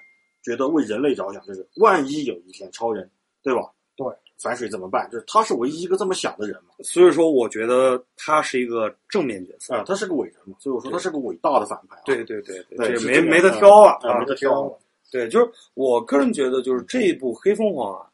C: 觉得为人类着想，就是万一有一天超人，对吧？
B: 对，
C: 反水怎么办？就是他是唯一一个这么想的人嘛。
A: 所以说我觉得他是一个正面角色，
C: 啊、他是个伟人嘛，所以我说他是个伟大的反派、啊。
A: 对对对
C: 对
A: 这
C: 是
A: 没
C: 这样
A: 没得挑啊
C: 啊，
A: 啊
C: 没，得挑啊。
A: 对，就是我个人觉得，就是这一部《黑凤凰》啊，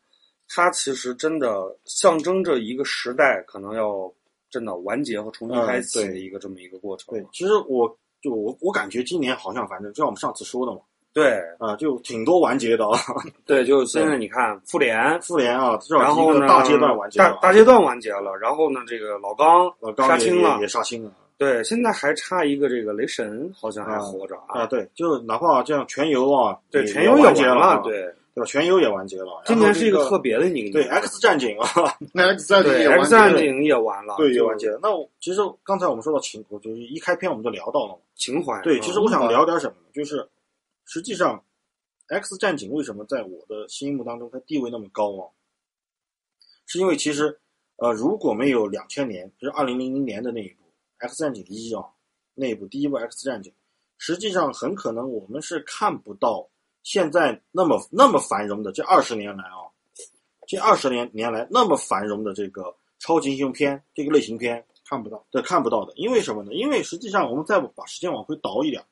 A: 它其实真的象征着一个时代可能要真的完结和重新开启
C: 嗯
A: 的
C: 对
A: 一个这么一个过程
C: 对。，其实我就我我感觉今年好像反正就像我们上次说的嘛，
A: 对
C: 啊、就挺多完结的啊。
A: 对，就现在你看复联，
C: 复联啊，至
A: 然
C: 少一
A: 后
C: 个
A: 呢
C: 大阶段完结
A: 大
C: 了啊，
A: 大阶段完结了，然后呢，这个老刚
C: 呃，刚
A: 杀
C: 也
A: 青了
C: 也，也杀青了
A: 对，现在还差一个这个雷神，好像还
C: 啊
A: 活着
C: 啊，
A: 啊。
C: 对，就哪怕这样全游啊，
A: 对，
C: 也
A: 全游
C: 也
A: 也
C: 完结
A: 完
C: 了，
A: 了，，对，
C: 对吧？全游也完结了，
A: 今
C: 然后
A: 年是一
C: 这
A: 个
C: 个
A: 特别的一个
C: 对
A: 年
C: X 战警啊，
B: 那 X 战警
A: 对
B: 也完
A: X
B: 结了
A: 战警也完了，
C: 对，也
A: 啊就
C: 完结了。那我其实刚才我们说到情，我就是一开篇我们就聊到了嘛，
A: 情怀。
C: 对，
A: 嗯
C: 其实我想聊点什么呢？就是实际上，X 战警为什么在我的心目当中它地位那么高啊？是因为其实呃，如果没有两千年，就是二零零零年的那一部《X 战警一》啊，那一部第一部《X 战警》，实际上很可能我们是看不到现在那么那么繁荣的这二十年来啊，这二十年年来那么繁荣的这个超级英雄片这个类型片，
B: 看不到。
C: 对，看不到的。因为什么呢？因为实际上我们再把时间往回倒一点，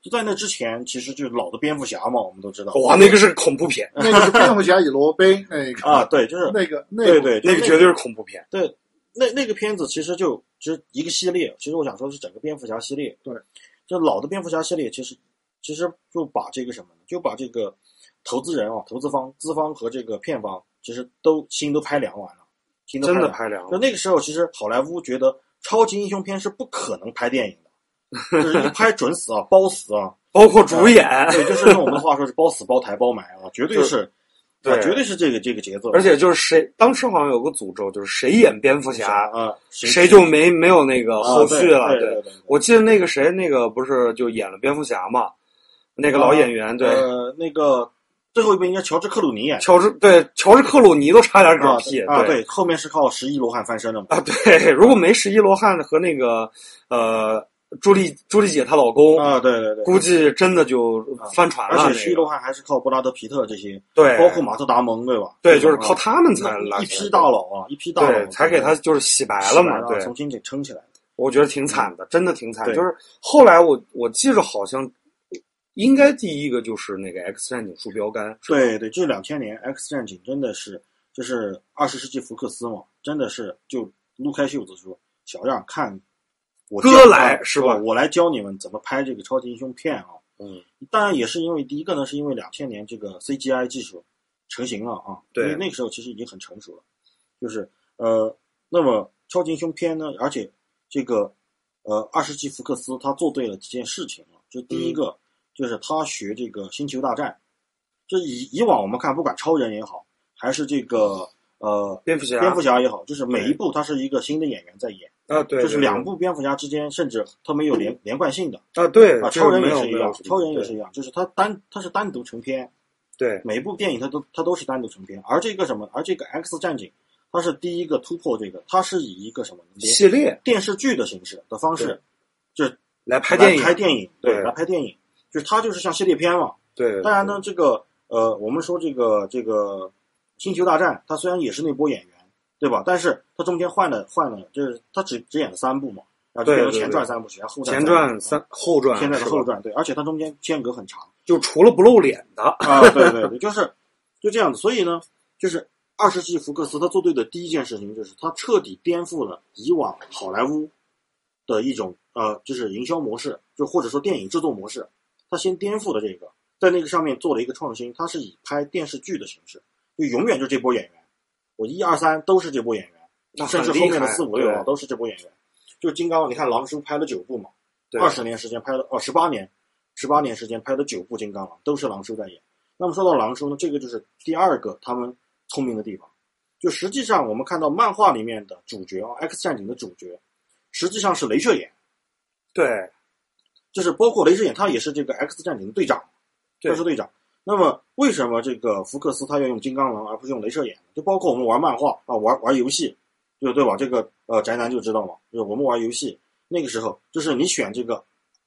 C: 就在那之前，其实就是老的蝙蝠侠嘛，我们都知道。
A: 哇，那个是恐怖
C: *laughs*
A: 片，
B: 那个是蝙蝠侠与罗宾那个
C: 啊，，对，就是
B: 那个那
C: 对
B: 个
C: 对，就
A: 那
C: 是
A: 个绝对是恐怖片。
C: 对，那那个片子其实就其实一个系列，其实我想说是整个蝙蝠侠系列。
B: 对，
C: 就老的蝙蝠侠系列，其实其实就把这个什么呢？就把这个投资人啊、投资方、资方和这个片方，其实都心都拍凉完了，心都
A: 真
C: 拍
A: 的
C: 凉。
A: 拍凉
C: 就
A: 了，
C: 那个时候，其实好莱坞觉得超级英雄片是不可能拍电影的，就是一拍准死啊，包死啊，
A: 包括主演，
C: 对，就是用我们的话说是包死包抬包埋啊，绝对，
A: 就是对
C: 啊绝对是这个这个节奏，
A: 而且就是谁，当时好像有个诅咒，就是谁演蝙蝠侠，
C: 啊，
A: 谁就没没有那个
C: 啊
A: 后续了。
C: 对对对对
A: 我记得那个谁，那个不是就演了蝙蝠侠嘛？那个老演员，对，
C: 啊呃，那个最后一部应该乔治克鲁尼演的
A: 乔治，对乔治克鲁尼都差点嗝屁，
C: 啊，
A: 对
C: 对，后面是靠十一罗汉翻身的嘛，
A: 啊对，如果没十一罗汉和那个呃朱莉朱莉姐她老公，
C: 啊，对对对，
A: 估计真的就翻船了。
C: 而且
A: 那
C: 十一
A: 个
C: 罗汉还是靠布拉德皮特这些，
A: 对，
C: 包括马特达蒙对吧？
A: 对，就是靠
C: 啊
A: 他们才拉
C: 一
A: 起来
C: 批
A: 的
C: 大佬啊，一批大佬
A: 对，才给他就是洗白
C: 洗
A: 了
C: 白
A: 嘛。对，
C: 重新给撑起来。
A: 我觉得挺惨的，真的挺惨。
C: 对
A: 就是后来我我记着好像应该第一个就是那个《X 战警：树标杆》是吧，
C: 对对，这两千年 X 战警真的是，就是二十世纪福克斯嘛，真的是就撸开袖子说，小样看，我
A: 哥
C: 教你
A: 来
C: 啊
A: 是吧
C: 我来教你们怎么拍这个超级英雄片啊。
A: 嗯，
C: 当然也是因为第一个呢，是因为两千年这个 CGI 技术成型了啊，
A: 对
C: 因为那个时候其实已经很成熟了，就是呃，那么超级英雄片呢，而且这个呃二世纪福克斯他做对了几件事情啊，就第
A: 嗯
C: 一个、就是他学这个星球大战，就以以往我们看不管超人也好，还是这个呃
A: 蝙蝠侠，
C: 蝙蝠侠也好，就是每一部它是一个新的演员在演，
A: 啊，对，
C: 就是
A: 对
C: 两部蝙蝠侠之间甚至它没有连连贯性的。
A: 对啊，对，
C: 啊，
A: 这
C: 超
A: 个
C: 人
A: 没
C: 也
A: 有
C: 是一
A: 没有
C: 样
A: 什，么
C: 超人也
A: 对
C: 是一样，就是它单它是单独成片，
A: 对
C: 每一部电影它都它都是单独成片，而这个什么，而这个 X 战警，它是第一个突破这个，它是以一个什么连
A: 系列
C: 电视剧的形式的方式
A: 对来拍
C: 来
A: 电影，
C: 拍电影，对，
A: 对
C: 来拍电影，就是它就是像系列片嘛。
A: 对，
C: 当然呢，这个呃，我们说这个这个星球大战，它虽然也是那波演员，对吧？但是它中间换了换了，就是它只只演了三部嘛，然后就
A: 对
C: 变成
A: 对
C: 前
A: 对
C: 传三部曲，然后后
A: 对，
C: 传
A: 前
C: 部曲
A: 传三后传，
C: 现在的
A: 是
C: 后
A: 吧
C: 传，对，而且它中间间隔很长。
A: 就除了不露脸的，
C: 啊，对对对，就是就这样子。所以呢，就是二十世纪福克斯他做对的第一件事情，就是他彻底颠覆了以往好莱坞的一种呃，就是营销模式，就或者说电影制作模式。他先颠覆了这个，在那个上面做了一个创新，他是以拍电视剧的形式，就永远就这波演员，我一二三都是这波演
A: 那
C: 员，
A: 很
C: 甚至
A: 厉
C: 后面的
A: 害
C: 四五
A: 对
C: 六啊都是这波演员。就金刚，你看狼叔拍了九部嘛，
A: 对
C: 二十年时间拍了哦，十八年，十八年时间拍了九部《金刚狼》，都是狼叔在演。那么说到狼叔呢，这个就是第二个他们聪明的地方，就实际上我们看到漫画里面的主角啊，《X 战警》的主角，实际上是镭射眼，
A: 对
C: 就是包括镭射眼，他也是这个 X 战警的队长，
A: 对
C: 他是队长。那么为什么这个福克斯他要用金刚狼而不是用镭射眼呢？就包括我们玩漫画啊，玩玩游戏，就对吧？这个呃宅男就知道嘛，就是我们玩游戏那个时候，就是你选这个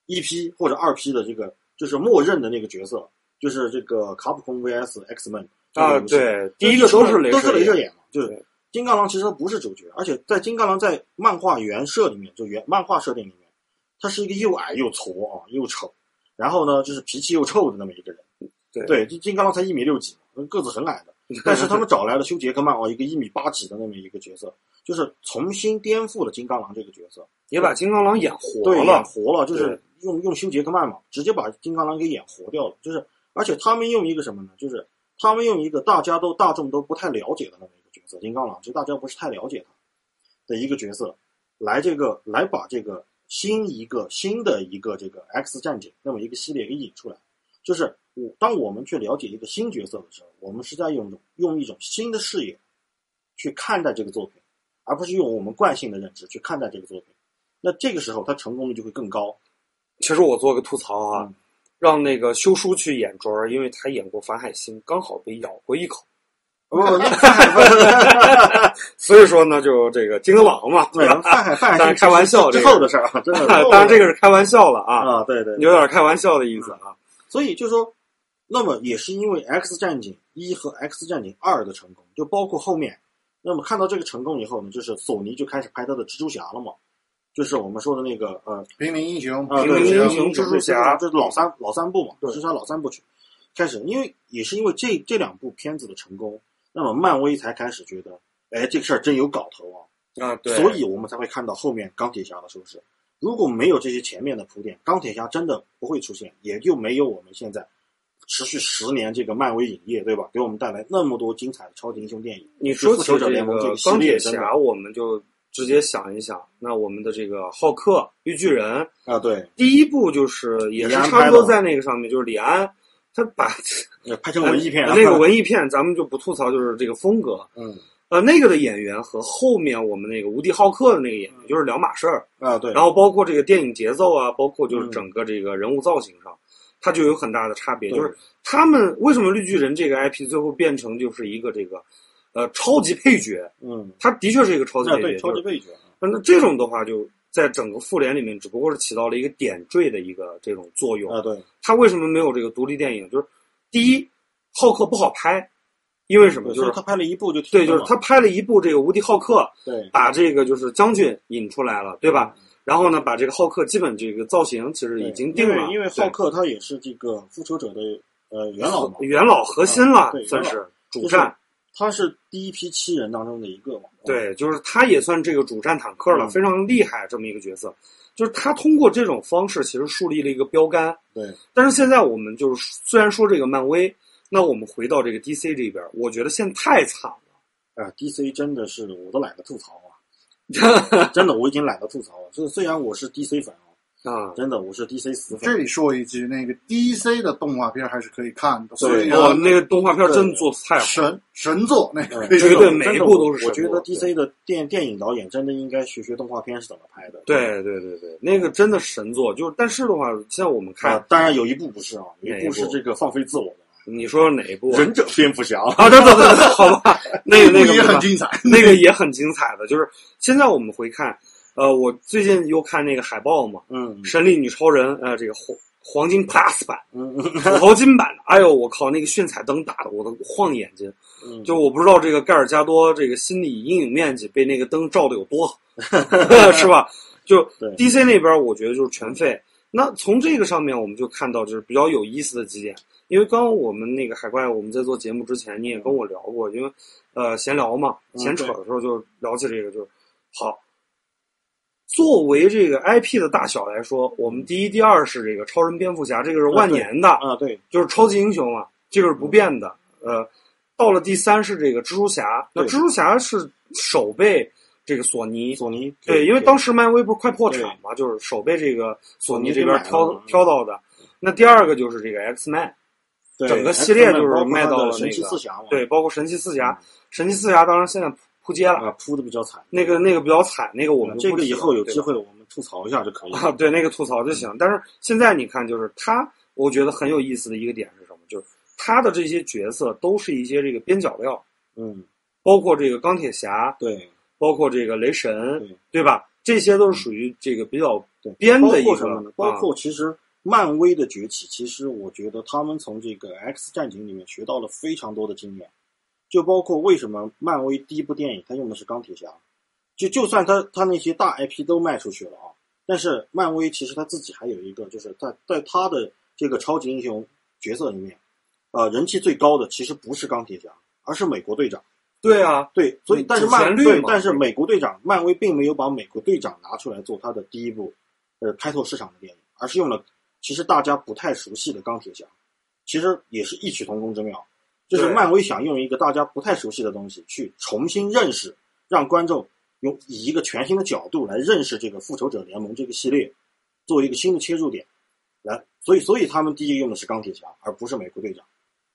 C: 一 P 或者二 P 的这个，就是默认的那个角色，就是这个卡普空 VS X Men
A: 啊，，对，第
C: 就是
A: 一个
C: 都
A: 都是
C: 都是
A: 雷
C: 镭
A: 射
C: 射，眼嘛，就是
A: 对
C: 金刚狼其实它不是主角，而且在金刚狼在漫画原设里面，就原漫画设定里面，他是一个又矮又矬啊，又丑，然后呢就是脾气又臭的那么一个人。
A: 对
C: 对，就金刚狼才一米六几嘛，个子很矮的。但是他们找来了休·杰克曼啊，一个一米八几的那么一个角色，就是重新颠覆了金刚狼这个角色。
A: *laughs* 也把金刚狼演活
C: 对，演
A: 了，
C: 活了，就是
A: 对
C: 用用修杰克曼嘛，直接把金刚狼给演活掉了。就是，而且他们用一个什么呢？就是他们用一个大家都大众都不太了解的那么一个角色，金刚狼，就大家不是太了解他的一个角色，来这个来把这个新一个新的一个这个 X 战警那么一个系列给引出来。就是我当我们去了解一个新角色的时候，我们是在用一种用一种新的视野去看待这个作品，而不是用我们惯性的认知去看待这个作品。那这个时候他成功率就会更高。
A: 其实我做个吐槽啊，
C: 嗯
A: 让那个休书去演卓儿，因为他演过樊海辛，刚好被咬过一口，
C: 不， *laughs* 范海
A: 所以说呢，就这个金刚狼嘛， *laughs*
C: 对，范海范海
A: 开玩笑
C: 之
A: 这个
C: 后的事儿啊，真的。
A: *laughs* 当然这
C: 个
A: 个是开玩笑了啊，
C: 啊，对对，对
A: 有点开玩笑的意思啊。
C: 所以就说，那么也是因为《X 战警一》和《X 战警二》的成功，就包括后面，那么看到这个成功以后呢，就是索尼就开始拍他的蜘蛛侠了嘛，就是我们说的那个呃
B: 平民英雄，
C: 啊，
D: 平
C: 对，
D: 民
C: 英
D: 英雄
C: 雄蜘
D: 蜘
C: 蛛
D: 蛛
C: 侠，
D: 侠
C: 这是老三老三部嘛，
B: 对
C: 蜘蛛侠老三部曲开始，因为也是因为这这两部片子的成功，那么漫威才开始觉得，哎，这个事儿真有搞头啊，
A: 啊，对，
C: 所以我们才会看到后面钢铁侠的收拾。如果没有这些前面的铺垫，钢铁侠真的不会出现，也就没有我们现在持续十年这个漫威影业，对吧？给我们带来那么多精彩的超级英雄电影。
A: 你说起
C: 复仇
A: 这
C: 者联盟这
A: 个
C: 个系
A: 钢
C: 列
A: 铁
C: 真的
A: 侠，我们就直接想一想，那我们的这个浩克、绿巨人，
C: 啊，对，
A: 第一部就是也
C: 李
A: 是
C: 安
A: 差
C: 拍
A: 不多
C: 的嘛
A: 在那个上面，就是李安，他把
C: 呃拍成文艺片了。
A: 那个文艺片，咱们就不吐槽，就是这个风格。
C: 嗯
A: 呃，那个的演员和后面我们那个无敌浩克的那个演员就是两码事儿，
C: 啊，对，
A: 然后嗯包括这个电影节奏啊，包括就是
C: 嗯
A: 整个这个人物造型上，它就有很大的差别。
C: 对
A: 就是他们为什么绿巨人这个 IP 最后变成就是一个这个，呃，超级配角，
C: 嗯，
A: 他的确是一个超级
C: 啊，
A: 配角，
C: 对，超
A: 就
C: 级
A: 是
C: 配角。
A: 那这种的话，就在整个复联里面，只不过是起到了一个点缀的一个这种作用。
C: 啊，对，
A: 他为什么没有这个独立电影？就是第一，浩克不好拍，因为什么？
C: 对
A: 就
C: 所以
A: 是
C: 他拍了一部就
A: 对，
C: 停
A: 就
C: 了
A: 是
C: 嘛
A: 他拍了一部这个无敌浩克，
C: 对
A: 把这个就是将军引出来了，对吧？然后呢，把这个浩克基本这个造型其实
C: 嗯对
A: 已经定了，
C: 因为因为
A: 对
C: 浩克他也是这个复仇者的呃元老嘛，嗯
A: 元老核心了，
C: 对
A: 算
C: 元
A: 是主
C: 就是
A: 战。
C: 他是第一批七人当中的一个嘛。
A: 对，就是他也算这个主战坦克了，
C: 嗯
A: 非常厉害这么一个角色。就是他通过这种方式，其实树立了一个标杆。
C: 对，
A: 但是现在我们就是虽然说这个漫威，那我们回到这个 DC 这边，我觉得现在太惨了。
C: 啊，DC 真的是我都懒得吐槽
A: *laughs*
C: 啊，真的我已经懒得吐槽了。是虽然我是 DC 粉啊，
A: 啊，
C: 真的我是 DC 死粉
B: 这，里说一句，那个 DC 的动画片还是可以看的，所以
C: 对
A: 哦
B: 啊，，
A: 那个动画片真的做的太好了，
B: 神神作那个
C: 嗯
B: 可以
A: 绝
B: 说
A: 对
C: 真的
A: 每一
C: 我
A: 部都是
C: 我
A: 神
C: 觉得
A: 作
C: DC 的电电影导演真的应该学学动画片是怎么拍的。
A: 对对对对，那个真的神作。就是但是的话，像我们
C: 啊
A: 看，，
C: 当然有一部不是啊，有
A: 哪
C: 一
A: 一
C: 部是
A: 部
C: 这个放飞自我的
A: 你说哪一部啊？
C: 忍者蝙蝠侠。
A: 啊，对对对，对好
B: *laughs*
A: 吧，那个那个
B: 也
A: 不
B: 很
A: 管
B: 精彩。
A: 那个也很精彩的。就是现在我们回看，呃，我最近又看那个海报嘛，
C: 嗯
A: 《神力女超人》呃，这个黄黄金 Plus 版、
C: 嗯嗯
A: 土豪金版的，哎呦，我靠，那个炫彩灯打的我都晃眼睛。
C: 嗯，
A: 就我不知道这个盖尔加多这个心理阴影面积被那个灯照的有多好，
C: *laughs*
A: 是吧？就
C: 对
A: DC 那边，我觉得就是全废。那从这个上面，我们就看到就是比较有意思的几点。因为刚刚我们那个海怪，我们在做节目之前，你也跟我聊过，因为呃闲聊嘛，
C: 嗯
A: 闲扯的时候就聊起这个，就是好。作为这个 IP 的大小来说，我们第一、第二是这个超人、蝙蝠侠，这个是万年的，
C: 啊，对，
A: 就是超级英雄啊，这个是不变的。呃，到了第三是这个蜘蛛侠，那
C: 对
A: 蜘蛛侠是守备这个索尼，
C: 索尼
A: 对，因为当时漫威不是快破产
C: 对
A: 嘛，就是守备这个索尼
C: 索尼
A: 这边
C: 给买
A: 挑
C: 了嘛
A: 挑到的。那第二个就是这个 X Man，
C: 对
A: 整个系列就是
C: X-Men 包括
A: 卖到
C: 它的
A: 了
C: 神
A: 那
C: 奇
A: 个
C: 四侠嘛，
A: 对，包括神奇四
C: 嗯
A: 侠，神奇四侠当然现在扑扑街了，
C: 啊，铺的比较惨。
A: 那个那个比较惨，那个我们
C: 嗯
A: 就
C: 这
A: 不
C: 个
A: 提
C: 以
A: 了
C: 后有
A: 对
C: 机
A: 吧
C: 会嗯我们吐槽一下就可以
A: *laughs* 啊，
C: 了。
A: 对，那个吐槽就行。但是现在你看，就是他，我觉得很有意思的一个点是什么？就是他的这些角色都是一些这个边角料，
C: 嗯，
A: 包括这个钢铁侠，
C: 对，
A: 包括这个雷神，
C: 对
A: 吧？这些都是属于这个比较
C: 对
A: 编
C: 包
A: 的一
C: 括
A: 个，
C: 什么呢
A: 啊？
C: 包括其实漫威的崛起，其实我觉得他们从这个 X 战警里面学到了非常多的经验，就包括为什么漫威第一部电影它用的是钢铁侠，就就算他他那些大 IP 都卖出去了啊，但是漫威其实他自己还有一个，就是在在他的这个超级英雄角色里面，呃，人气最高的其实不是钢铁侠，而是美国队长。
A: 对啊，
C: 对，所以
A: 嗯
C: 但是
A: 主
C: 漫
A: 旋律
C: 对，
A: 嘛嗯
C: 但是美国队长，漫威并没有把美国队长拿出来做他的第一部，呃，开拓市场的电影，而是用了其实大家不太熟悉的钢铁侠，其实也是异曲同工之妙，就是
A: 对
C: 漫威想用一个大家不太熟悉的东西去重新认识，让观众用以一个全新的角度来认识这个复仇者联盟这个系列，作为一个新的切入点，来，所以所以他们第一个用的是钢铁侠，而不是美国队长。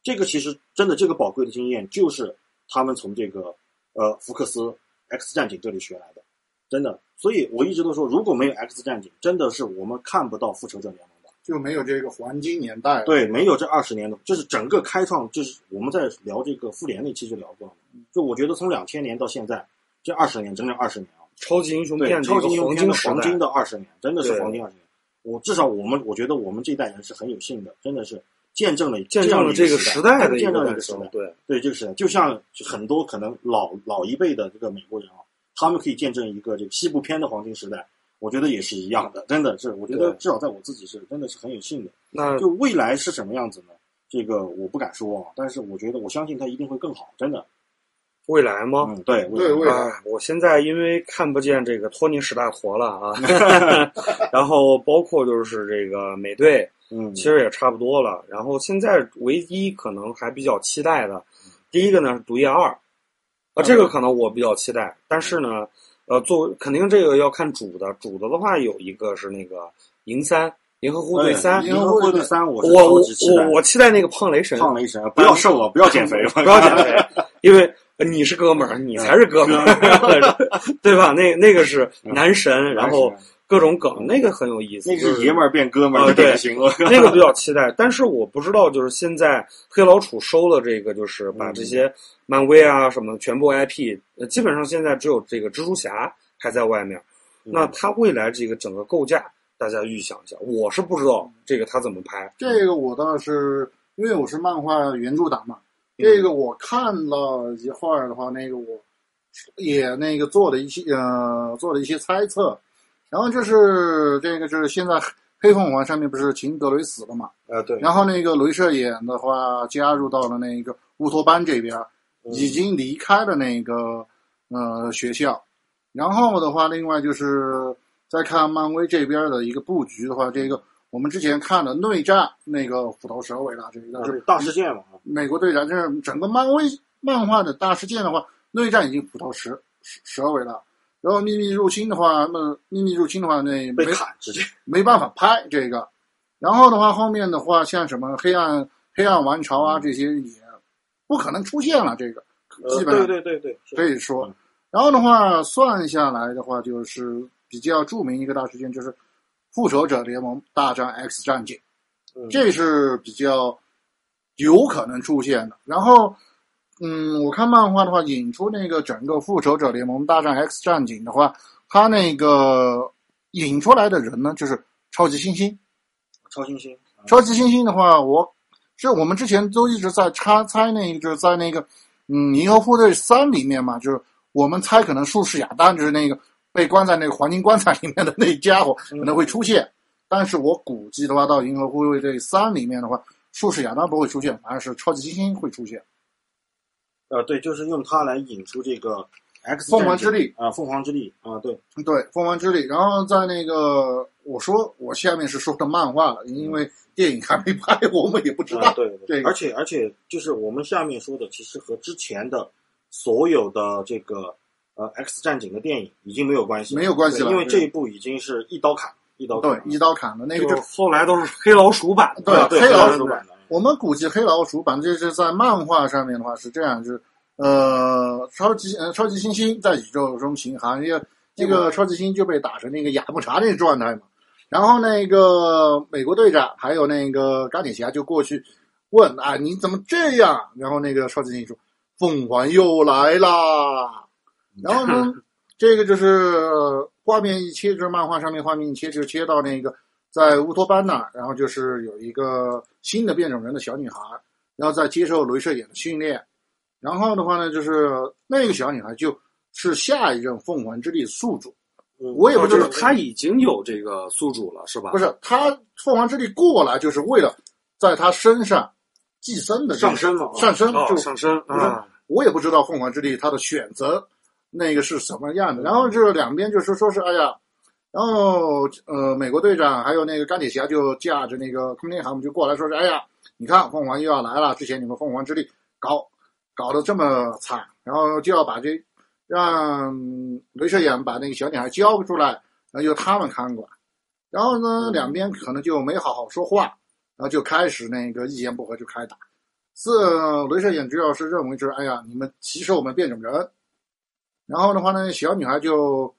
C: 这个其实真的这个宝贵的经验，就是他们从这个呃福克斯 X 战警这里学来的，真的。所以我一直都说，如果没有 X 战警，真的是我们看不到复仇者联盟的。
B: 就没有这个黄金年代了。
C: 对，没有这二十年的，就是整个开创，就是我们在聊这个复联那期就聊过了
A: 嗯
C: 嘛。就我觉得从两千年到现在这二十年，整整二十年啊，
A: 超级英雄
C: 对
A: 片
C: 超级英
A: 黄
C: 雄片的
A: 时
C: 黄金
A: 代，
C: 的二十年，真的是
A: 对
C: 黄金二十年。我至少我们我觉得我们这一代人是很有幸的，真的是见证了
A: 见证了
C: 这
A: 这
C: 样的
A: 个
C: 一
A: 时
C: 时
A: 代的一
C: 见证
A: 个
C: 了一个
A: 诞
C: 时
A: 生
C: 代。，
A: 对，
C: 对，这个时代，就像很多可能老老一辈的这个美国人啊，他们可以见证一个这个西部片的黄金时代，我觉得也是一样的，真的是，我觉得
A: 对
C: 至少在我自己是真的是很有幸的。
A: 那
C: 就未来是什么样子呢？这个我不敢说啊，但是我觉得我相信它一定会更好，真的。
A: 未来吗？
C: 嗯，对，
B: 对未来
A: 啊，我现在因为看不见这个托尼史大陀了
C: *laughs*
A: 啊，然后包括就是这个美队，
C: 嗯，
A: 其实也差不多了。然后现在唯一可能还比较期待的，第一个呢是《毒液二》，啊，这
C: 嗯
A: 个可能我比较期待。但是呢，呃，作为肯定这个要看主的，主的的话有一个是那个《银三》《银河护卫队三》
C: 银河护卫队三，哎我是
A: 我
C: 超
A: 我
C: 级期待
A: 我。我期待那个胖雷神，
C: 胖雷神，不要瘦啊，不要
A: *laughs*
C: 减肥
A: 不要
C: *laughs*
A: 减肥，因为你是哥们儿，你才是哥们儿，
C: 嗯
A: *laughs* 对吧？那那个是男神，然后各种梗，那个很有意思，
C: 那
A: 就是
C: 爷们儿变哥们
A: 呃
C: 儿，
A: 对
C: 典型了。 *laughs*
A: *laughs* 那个比较期待，但是我不知道，就是现在黑老鼠收了这个，就是把这些漫威啊什么的全部 IP，呃基本上现在只有这个蜘蛛侠还在外面。
C: 嗯
A: 那它未来这个整个构架，大家预想一下，我是不知道这个它怎么拍。
B: 这个我倒是因为我是漫画原著党嘛，这个我看了一会儿的话，那个我也那个做了一些呃做了一些猜测，然后就是这个就是现在黑凤凰上面不是秦德雷死了嘛，
A: 啊，对
B: 然后那个镭射眼的话加入到了那个乌托邦这边，已经离开了那个呃学校。然后的话，另外就是再看漫威这边的一个布局的话，这个我们之前看的内战那个虎头蛇尾了，这个就是
C: 大事件嘛，
B: 美国队长，就是整个漫威漫画的大事件的话，内战已经虎头蛇蛇蛇尾了。然后秘密入侵的话，那秘密入侵的话，那
C: 被
B: 没
C: 砍直接。
B: 没办法拍这个。然后的话，后面的话，像什么黑暗黑暗王朝
C: 嗯
B: 啊这些也不可能出现了，这个基本上
C: 对对对，
B: 可以说
C: 嗯。
B: 然后的话，算下来的话，就是比较著名一个大事件，就是《复仇者联盟大战 X 战警》，
C: 嗯
B: 这是比较有可能出现的。然后，嗯，我看漫画的话，引出那个整个《复仇者联盟大战 X 战警》的话，它那个引出来的人呢，就是超级猩猩。
C: 超新星，
B: 超级猩猩的话，我这我们之前都一直在插猜那个，就是在那个嗯《银河护卫队三》里面嘛，就是我们猜可能术士亚当就是那个被关在那个黄金棺材里面的那家伙可能会出现，但是我估计的话，到《银河护卫队三》里面的话，术士亚当不会出现，反而是超级猩猩会出现。
C: 呃，对，就是用它来引出这个 X
B: 凤凰之力
C: 啊，凤凰之力啊，对，
B: 对，凤凰之力。然后在那个，我说我下面是说的漫画了，因为电影还没拍，我们也不知道。
C: 啊，对对
B: 这
C: 对，
B: 个
C: 而且而且就是我们下面说的，其实和之前的所有的这个呃 X 战警的电影已经没有关系了，
B: 没有关系
C: 对
B: 了嗯
C: 因为
B: 对
C: 这一部已经是一刀砍，一刀砍
B: 对，一刀砍的那个
A: 哎就
B: 就是
A: 后来都是黑老鼠版的。
B: 对
C: 啊对
B: 黑老
C: 鼠
B: 鼠
C: 版的，
B: 我们估计黑老鼠版就是在漫画上面的话是这样，就是呃，超级呃超级猩猩在宇宙中巡航，因为这个超级猩就被打成那个亚木茶那个状态嘛。然后那个呃美国队长还有那个钢铁侠就过去问啊，你怎么这样？然后那个超级猩猩说：“凤凰又来啦。”然后呢，这个就是呃画面一切，就是漫画上面画面一切就切到那个在乌托邦那儿，然后就是有一个新的变种人的小女孩，然后再接受镭射眼的训练，然后的话呢，就是那个小女孩就是下一任凤凰之力宿主，
C: 嗯
B: 我也不知
A: 就
B: 道
A: 是他已经有这个宿主了，是吧？
B: 不是她凤凰之力过来就是为了在她身上寄生的这
C: 上
B: 个
C: 身了啊，
B: 上身
A: 哦，
B: 就
A: 上身
B: 不是
A: 啊，
B: 我也不知道凤凰之力它的选择那个是什么样的。然后就是两边就是说是哎呀，然后呃，美国队长还有那个钢铁侠就驾着那个空天航母就过来说是哎呀，你看凤凰又要来了，之前你们凤凰之力搞搞得这么惨，然后就要把这让镭射眼把那个小女孩交出来，然后由他们看管。然后呢，两边可能就没好好说话，然后就开始那个一言不合就开打。四镭射眼只要是认为就是哎呀，你们歧视我们变种人，然后的话呢，小女孩就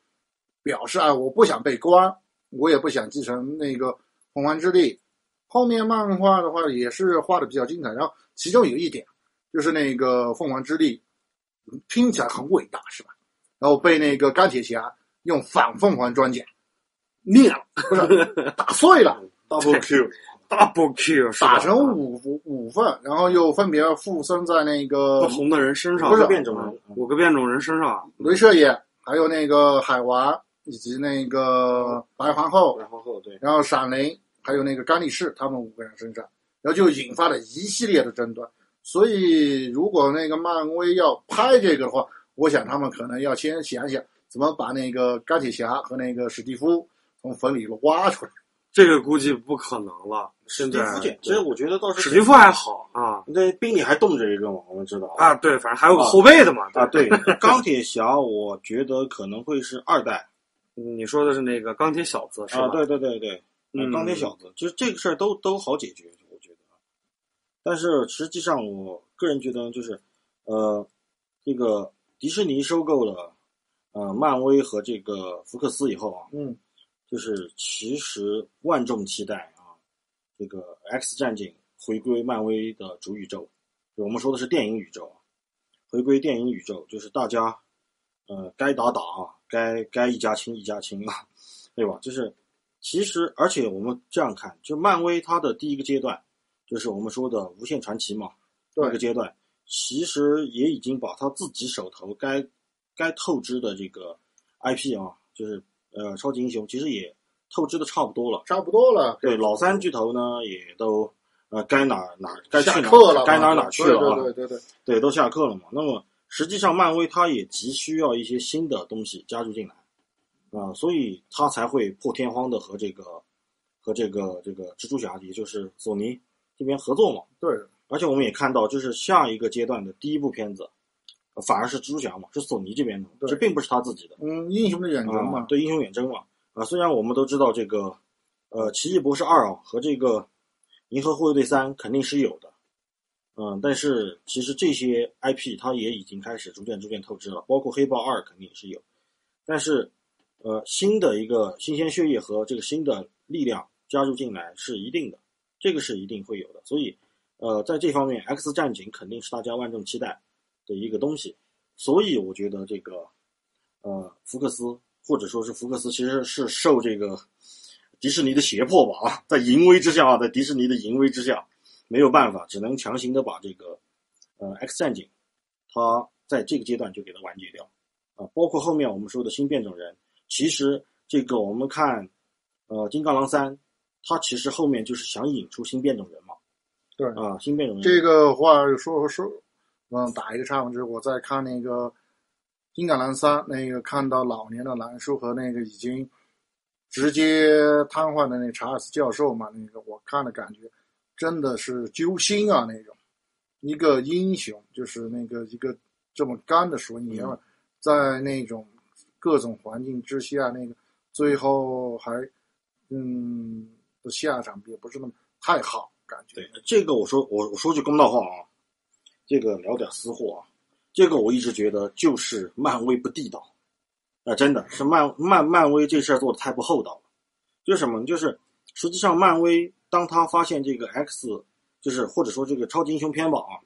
B: 表示啊，我不想被关，我也不想继承那个洪荒之力。后面漫画的话也是画的比较精彩，然后其中有一点就是那个凤凰之力嗯听起来很伟大是吧？然后被那个钢铁侠用反凤凰装甲灭了，不是打碎了，
C: double Q，
A: double kill，是吧
B: 打成五五五份，然后又分别附身在那
A: 不
B: 个
A: 同的人身上，
B: 不是嗯
C: 变嗯种人，
A: 五个变种人身上，
B: 雷射野，还有那个海娃，以及那个白皇后，
C: 然后后对，
B: 然后闪灵，还有那个甘力士，他们五个人身上，然后就引发了一系列的争端。所以，如果那个漫威要拍这个的话，我想他们可能要先想想怎么把那个钢铁侠和那个史蒂夫从坟里挖出来。
A: 这个估计不可能了。现在
C: 对福建，所以我觉得倒是
A: 史蒂夫还好啊
C: 那冰里还冻着一个嘛，我们知道
A: 啊，对，反正还有个后背的嘛。
C: 啊，对，钢铁侠，我觉得可能会是二代
A: 你说的是那个钢铁小子是吧？
C: 啊，对对对对，
A: 嗯。
C: 钢铁小子，就是这个事儿都都好解决，我觉得。啊但是实际上，我个人觉得就是，呃，这个迪士尼收购了呃漫威和这个福克斯以后啊，
B: 嗯，
C: 就是其实万众期待啊，这个 X 战警回归漫威的主宇宙，就我们说的是电影宇宙啊，回归电影宇宙，就是大家呃该打打啊，该该一家亲一家亲啊， *laughs* 对吧？就是其实，而且我们这样看，就漫威它的第一个阶段，就是我们说的无限传奇嘛，
B: 对
C: 那个阶段，其实也已经把他自己手头该该透支的这个 IP 啊，就是呃超级英雄，其实也透支的差不多了。
B: 差不多了，
C: 对，老三巨头呢也都呃该哪儿哪儿该去
B: 下
C: 哪
B: 课了
C: 儿
B: 嘛，
C: 该哪儿哪儿去了啊，
B: 对对对对对，
C: 对，都下课了嘛。那么实际上，漫威它也急需要一些新的东西加入进来啊、所以它才会破天荒的和这个和这个这个蜘蛛侠，也就是索尼这边合作嘛。
B: 对
C: 而且我们也看到，就是下一个阶段的第一部片子，呃反而是蜘蛛侠嘛，是索尼这边的嘛，
B: 对
C: 这并不是他自己的。
B: 嗯，英雄的远征嘛，
C: 啊，对英雄远征嘛。啊，虽然我们都知道这个，呃，奇异博士二啊和这个银河护卫队三肯定是有的，嗯，但是其实这些 IP 它也已经开始逐渐逐渐透支了，包括黑豹二肯定也是有，但是呃，新的一个新鲜血液和这个新的力量加入进来是一定的，这个是一定会有的，所以呃，在这方面，X 战警肯定是大家万众期待的一个东西，所以我觉得这个呃，福克斯或者说是福克斯，其实是受这个迪士尼的胁迫吧啊，在淫威之下啊，在迪士尼的淫威之下，没有办法，只能强行的把这个呃 X 战警，它在这个阶段就给它完结掉啊、包括后面我们说的新变种人，其实这个我们看呃金刚狼三，它其实后面就是想引出新变种人嘛，
B: 对
C: 啊、新变种人
B: 这个话说说，嗯，打一个岔，就是我在看那个《英格兰三》，那个看到老年的兰叔和那个已经直接瘫痪的那查尔斯教授嘛，那个我看的感觉真的是揪心啊那种。一个英雄就是那个一个这么干的说，你要在那种各种环境之下，那个最后还嗯的下场也不是那么太好，感觉。
C: 对，这个我说我我说句公道话啊，这个聊点私货啊，这个我一直觉得就是漫威不地道，啊、真的是漫漫漫威这事儿做的太不厚道了。就是什么呢？就是实际上漫威当他发现这个 X，就是或者说这个超级英雄片吧啊，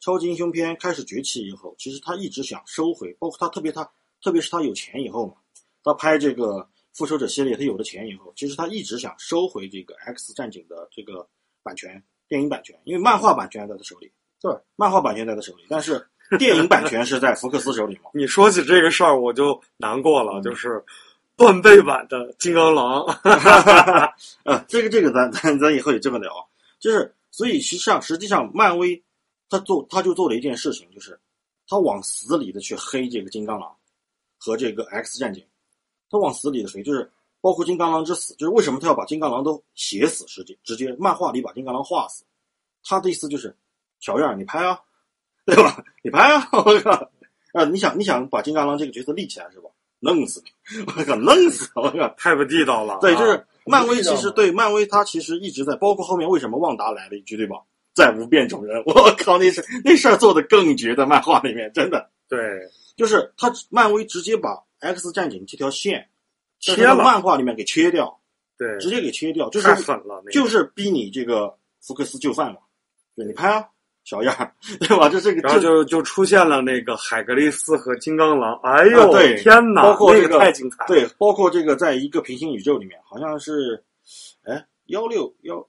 C: 超级英雄片开始崛起以后，其实他一直想收回，包括他特别他特别是他有钱以后嘛，他拍这个复仇者系列，他有了钱以后，其实他一直想收回这个 X 战警的这个版权，电影版权，因为漫画版权还在他手里。
B: 对，
C: 漫画版权在他手里，但是电影版权是在福克斯手里嘛
A: 你说起这个事儿，我就难过了，就是断背版的金刚狼， *laughs*
C: 呃，这个这个咱咱咱以后也这么聊啊，就是所以实际上实际上漫威他做他就做了一件事情，就是他往死里的去黑这个金刚狼和这个 X 战警，他往死里的黑，就是包括金刚狼之死，就是为什么他要把金刚狼都写死，直接直接漫画里把金刚狼画死，他的意思就是小样儿你拍啊，对吧？你拍啊， *laughs* 我靠，啊你想你想把金刚狼这个角色立起来是吧？弄死你，我靠，弄死我靠。
A: 太不地道了啊。
C: 对，就是漫威其
B: 不地道
C: 实
B: 嘛
C: 对漫威，它其实一直在，包括后面为什么旺达来了一句对吧？再无变种人，我 *laughs* 靠，那是那事儿做的更绝，在漫画里面真的
A: 对，
C: 就是他漫威直接把 X 战警这条线在
A: 切
C: 他的
A: 了
C: 漫画里面给切掉，
A: 对，
C: 直接给切掉，就是
A: 太狠了，那个
C: 就是逼你这个福克斯就范嘛，对你拍啊，小样儿，对吧？就这个
A: 然后
C: 就
A: 就就出现了那个海格力斯和金刚狼，哎呦、
C: 啊对
A: 天哪，
C: 包括
A: 那
C: 这个
A: 太精彩了，
C: 对，包括这个在一个平行宇宙里面，好像是，哎，幺六幺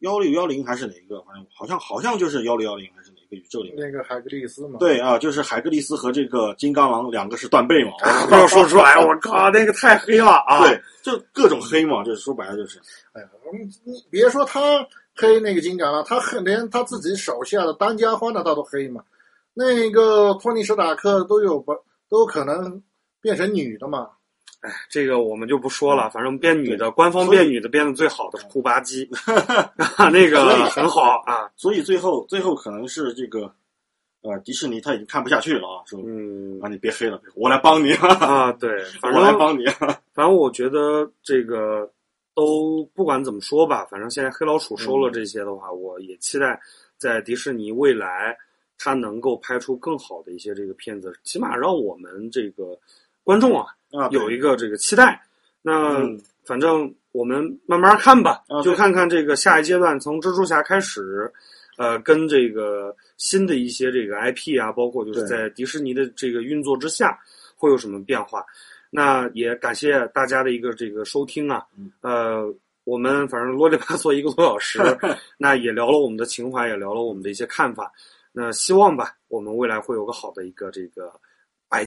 C: 幺六幺零还是哪一个，反正好像好像就是幺六幺零还是哪个宇宙里面。
B: 那个海格力斯嘛，，
C: 对啊，就是海格力斯和这个金刚狼两个是断背嘛，
A: 不要 *laughs* 说出来，我靠，那个太黑了啊！
C: 啊对，就各种黑嘛，就是说白了就是，
B: 哎呀，嗯你别说他黑那个金刚了，他黑连他自己手下的当家欢的他都黑嘛。那个托尼·史塔克都有不都可能变成女的嘛？
A: 这个我们就不说了，反正编女的，官方编女的编的最好的是库巴 *laughs* 基，啊，那个很好啊。
C: 所以最后最后可能是这个，呃，迪士尼他已经看不下去了啊，说
A: 嗯
C: 啊你别黑了，别我来帮你啊，
A: 啊，对，
C: 我
A: 反正
C: 来帮你啊，
A: 反正我觉得这个都不管怎么说吧，反正现在黑老鼠收了这些的话，我也期待在迪士尼未来它能够拍出更好的一些这个片子，起码让我们这个观众啊
C: 啊对
A: 有一个这个期待。那、
C: 嗯
A: 反正我们慢慢看吧，
C: 啊
A: 就
C: 对
A: 看看这个下一阶段从蜘蛛侠开始，呃，跟这个新的一些这个 IP 啊，包括就是
C: 对
A: 在迪士尼的这个运作之下会有什么变化。那也感谢大家的一个这个收听啊，
C: 嗯
A: 呃，我们反正啰里吧嗦一个多小
C: *laughs*
A: 时，那也聊了我们的情怀，也聊了我们的一些看法。那希望吧，我们未来会有个好的一个这个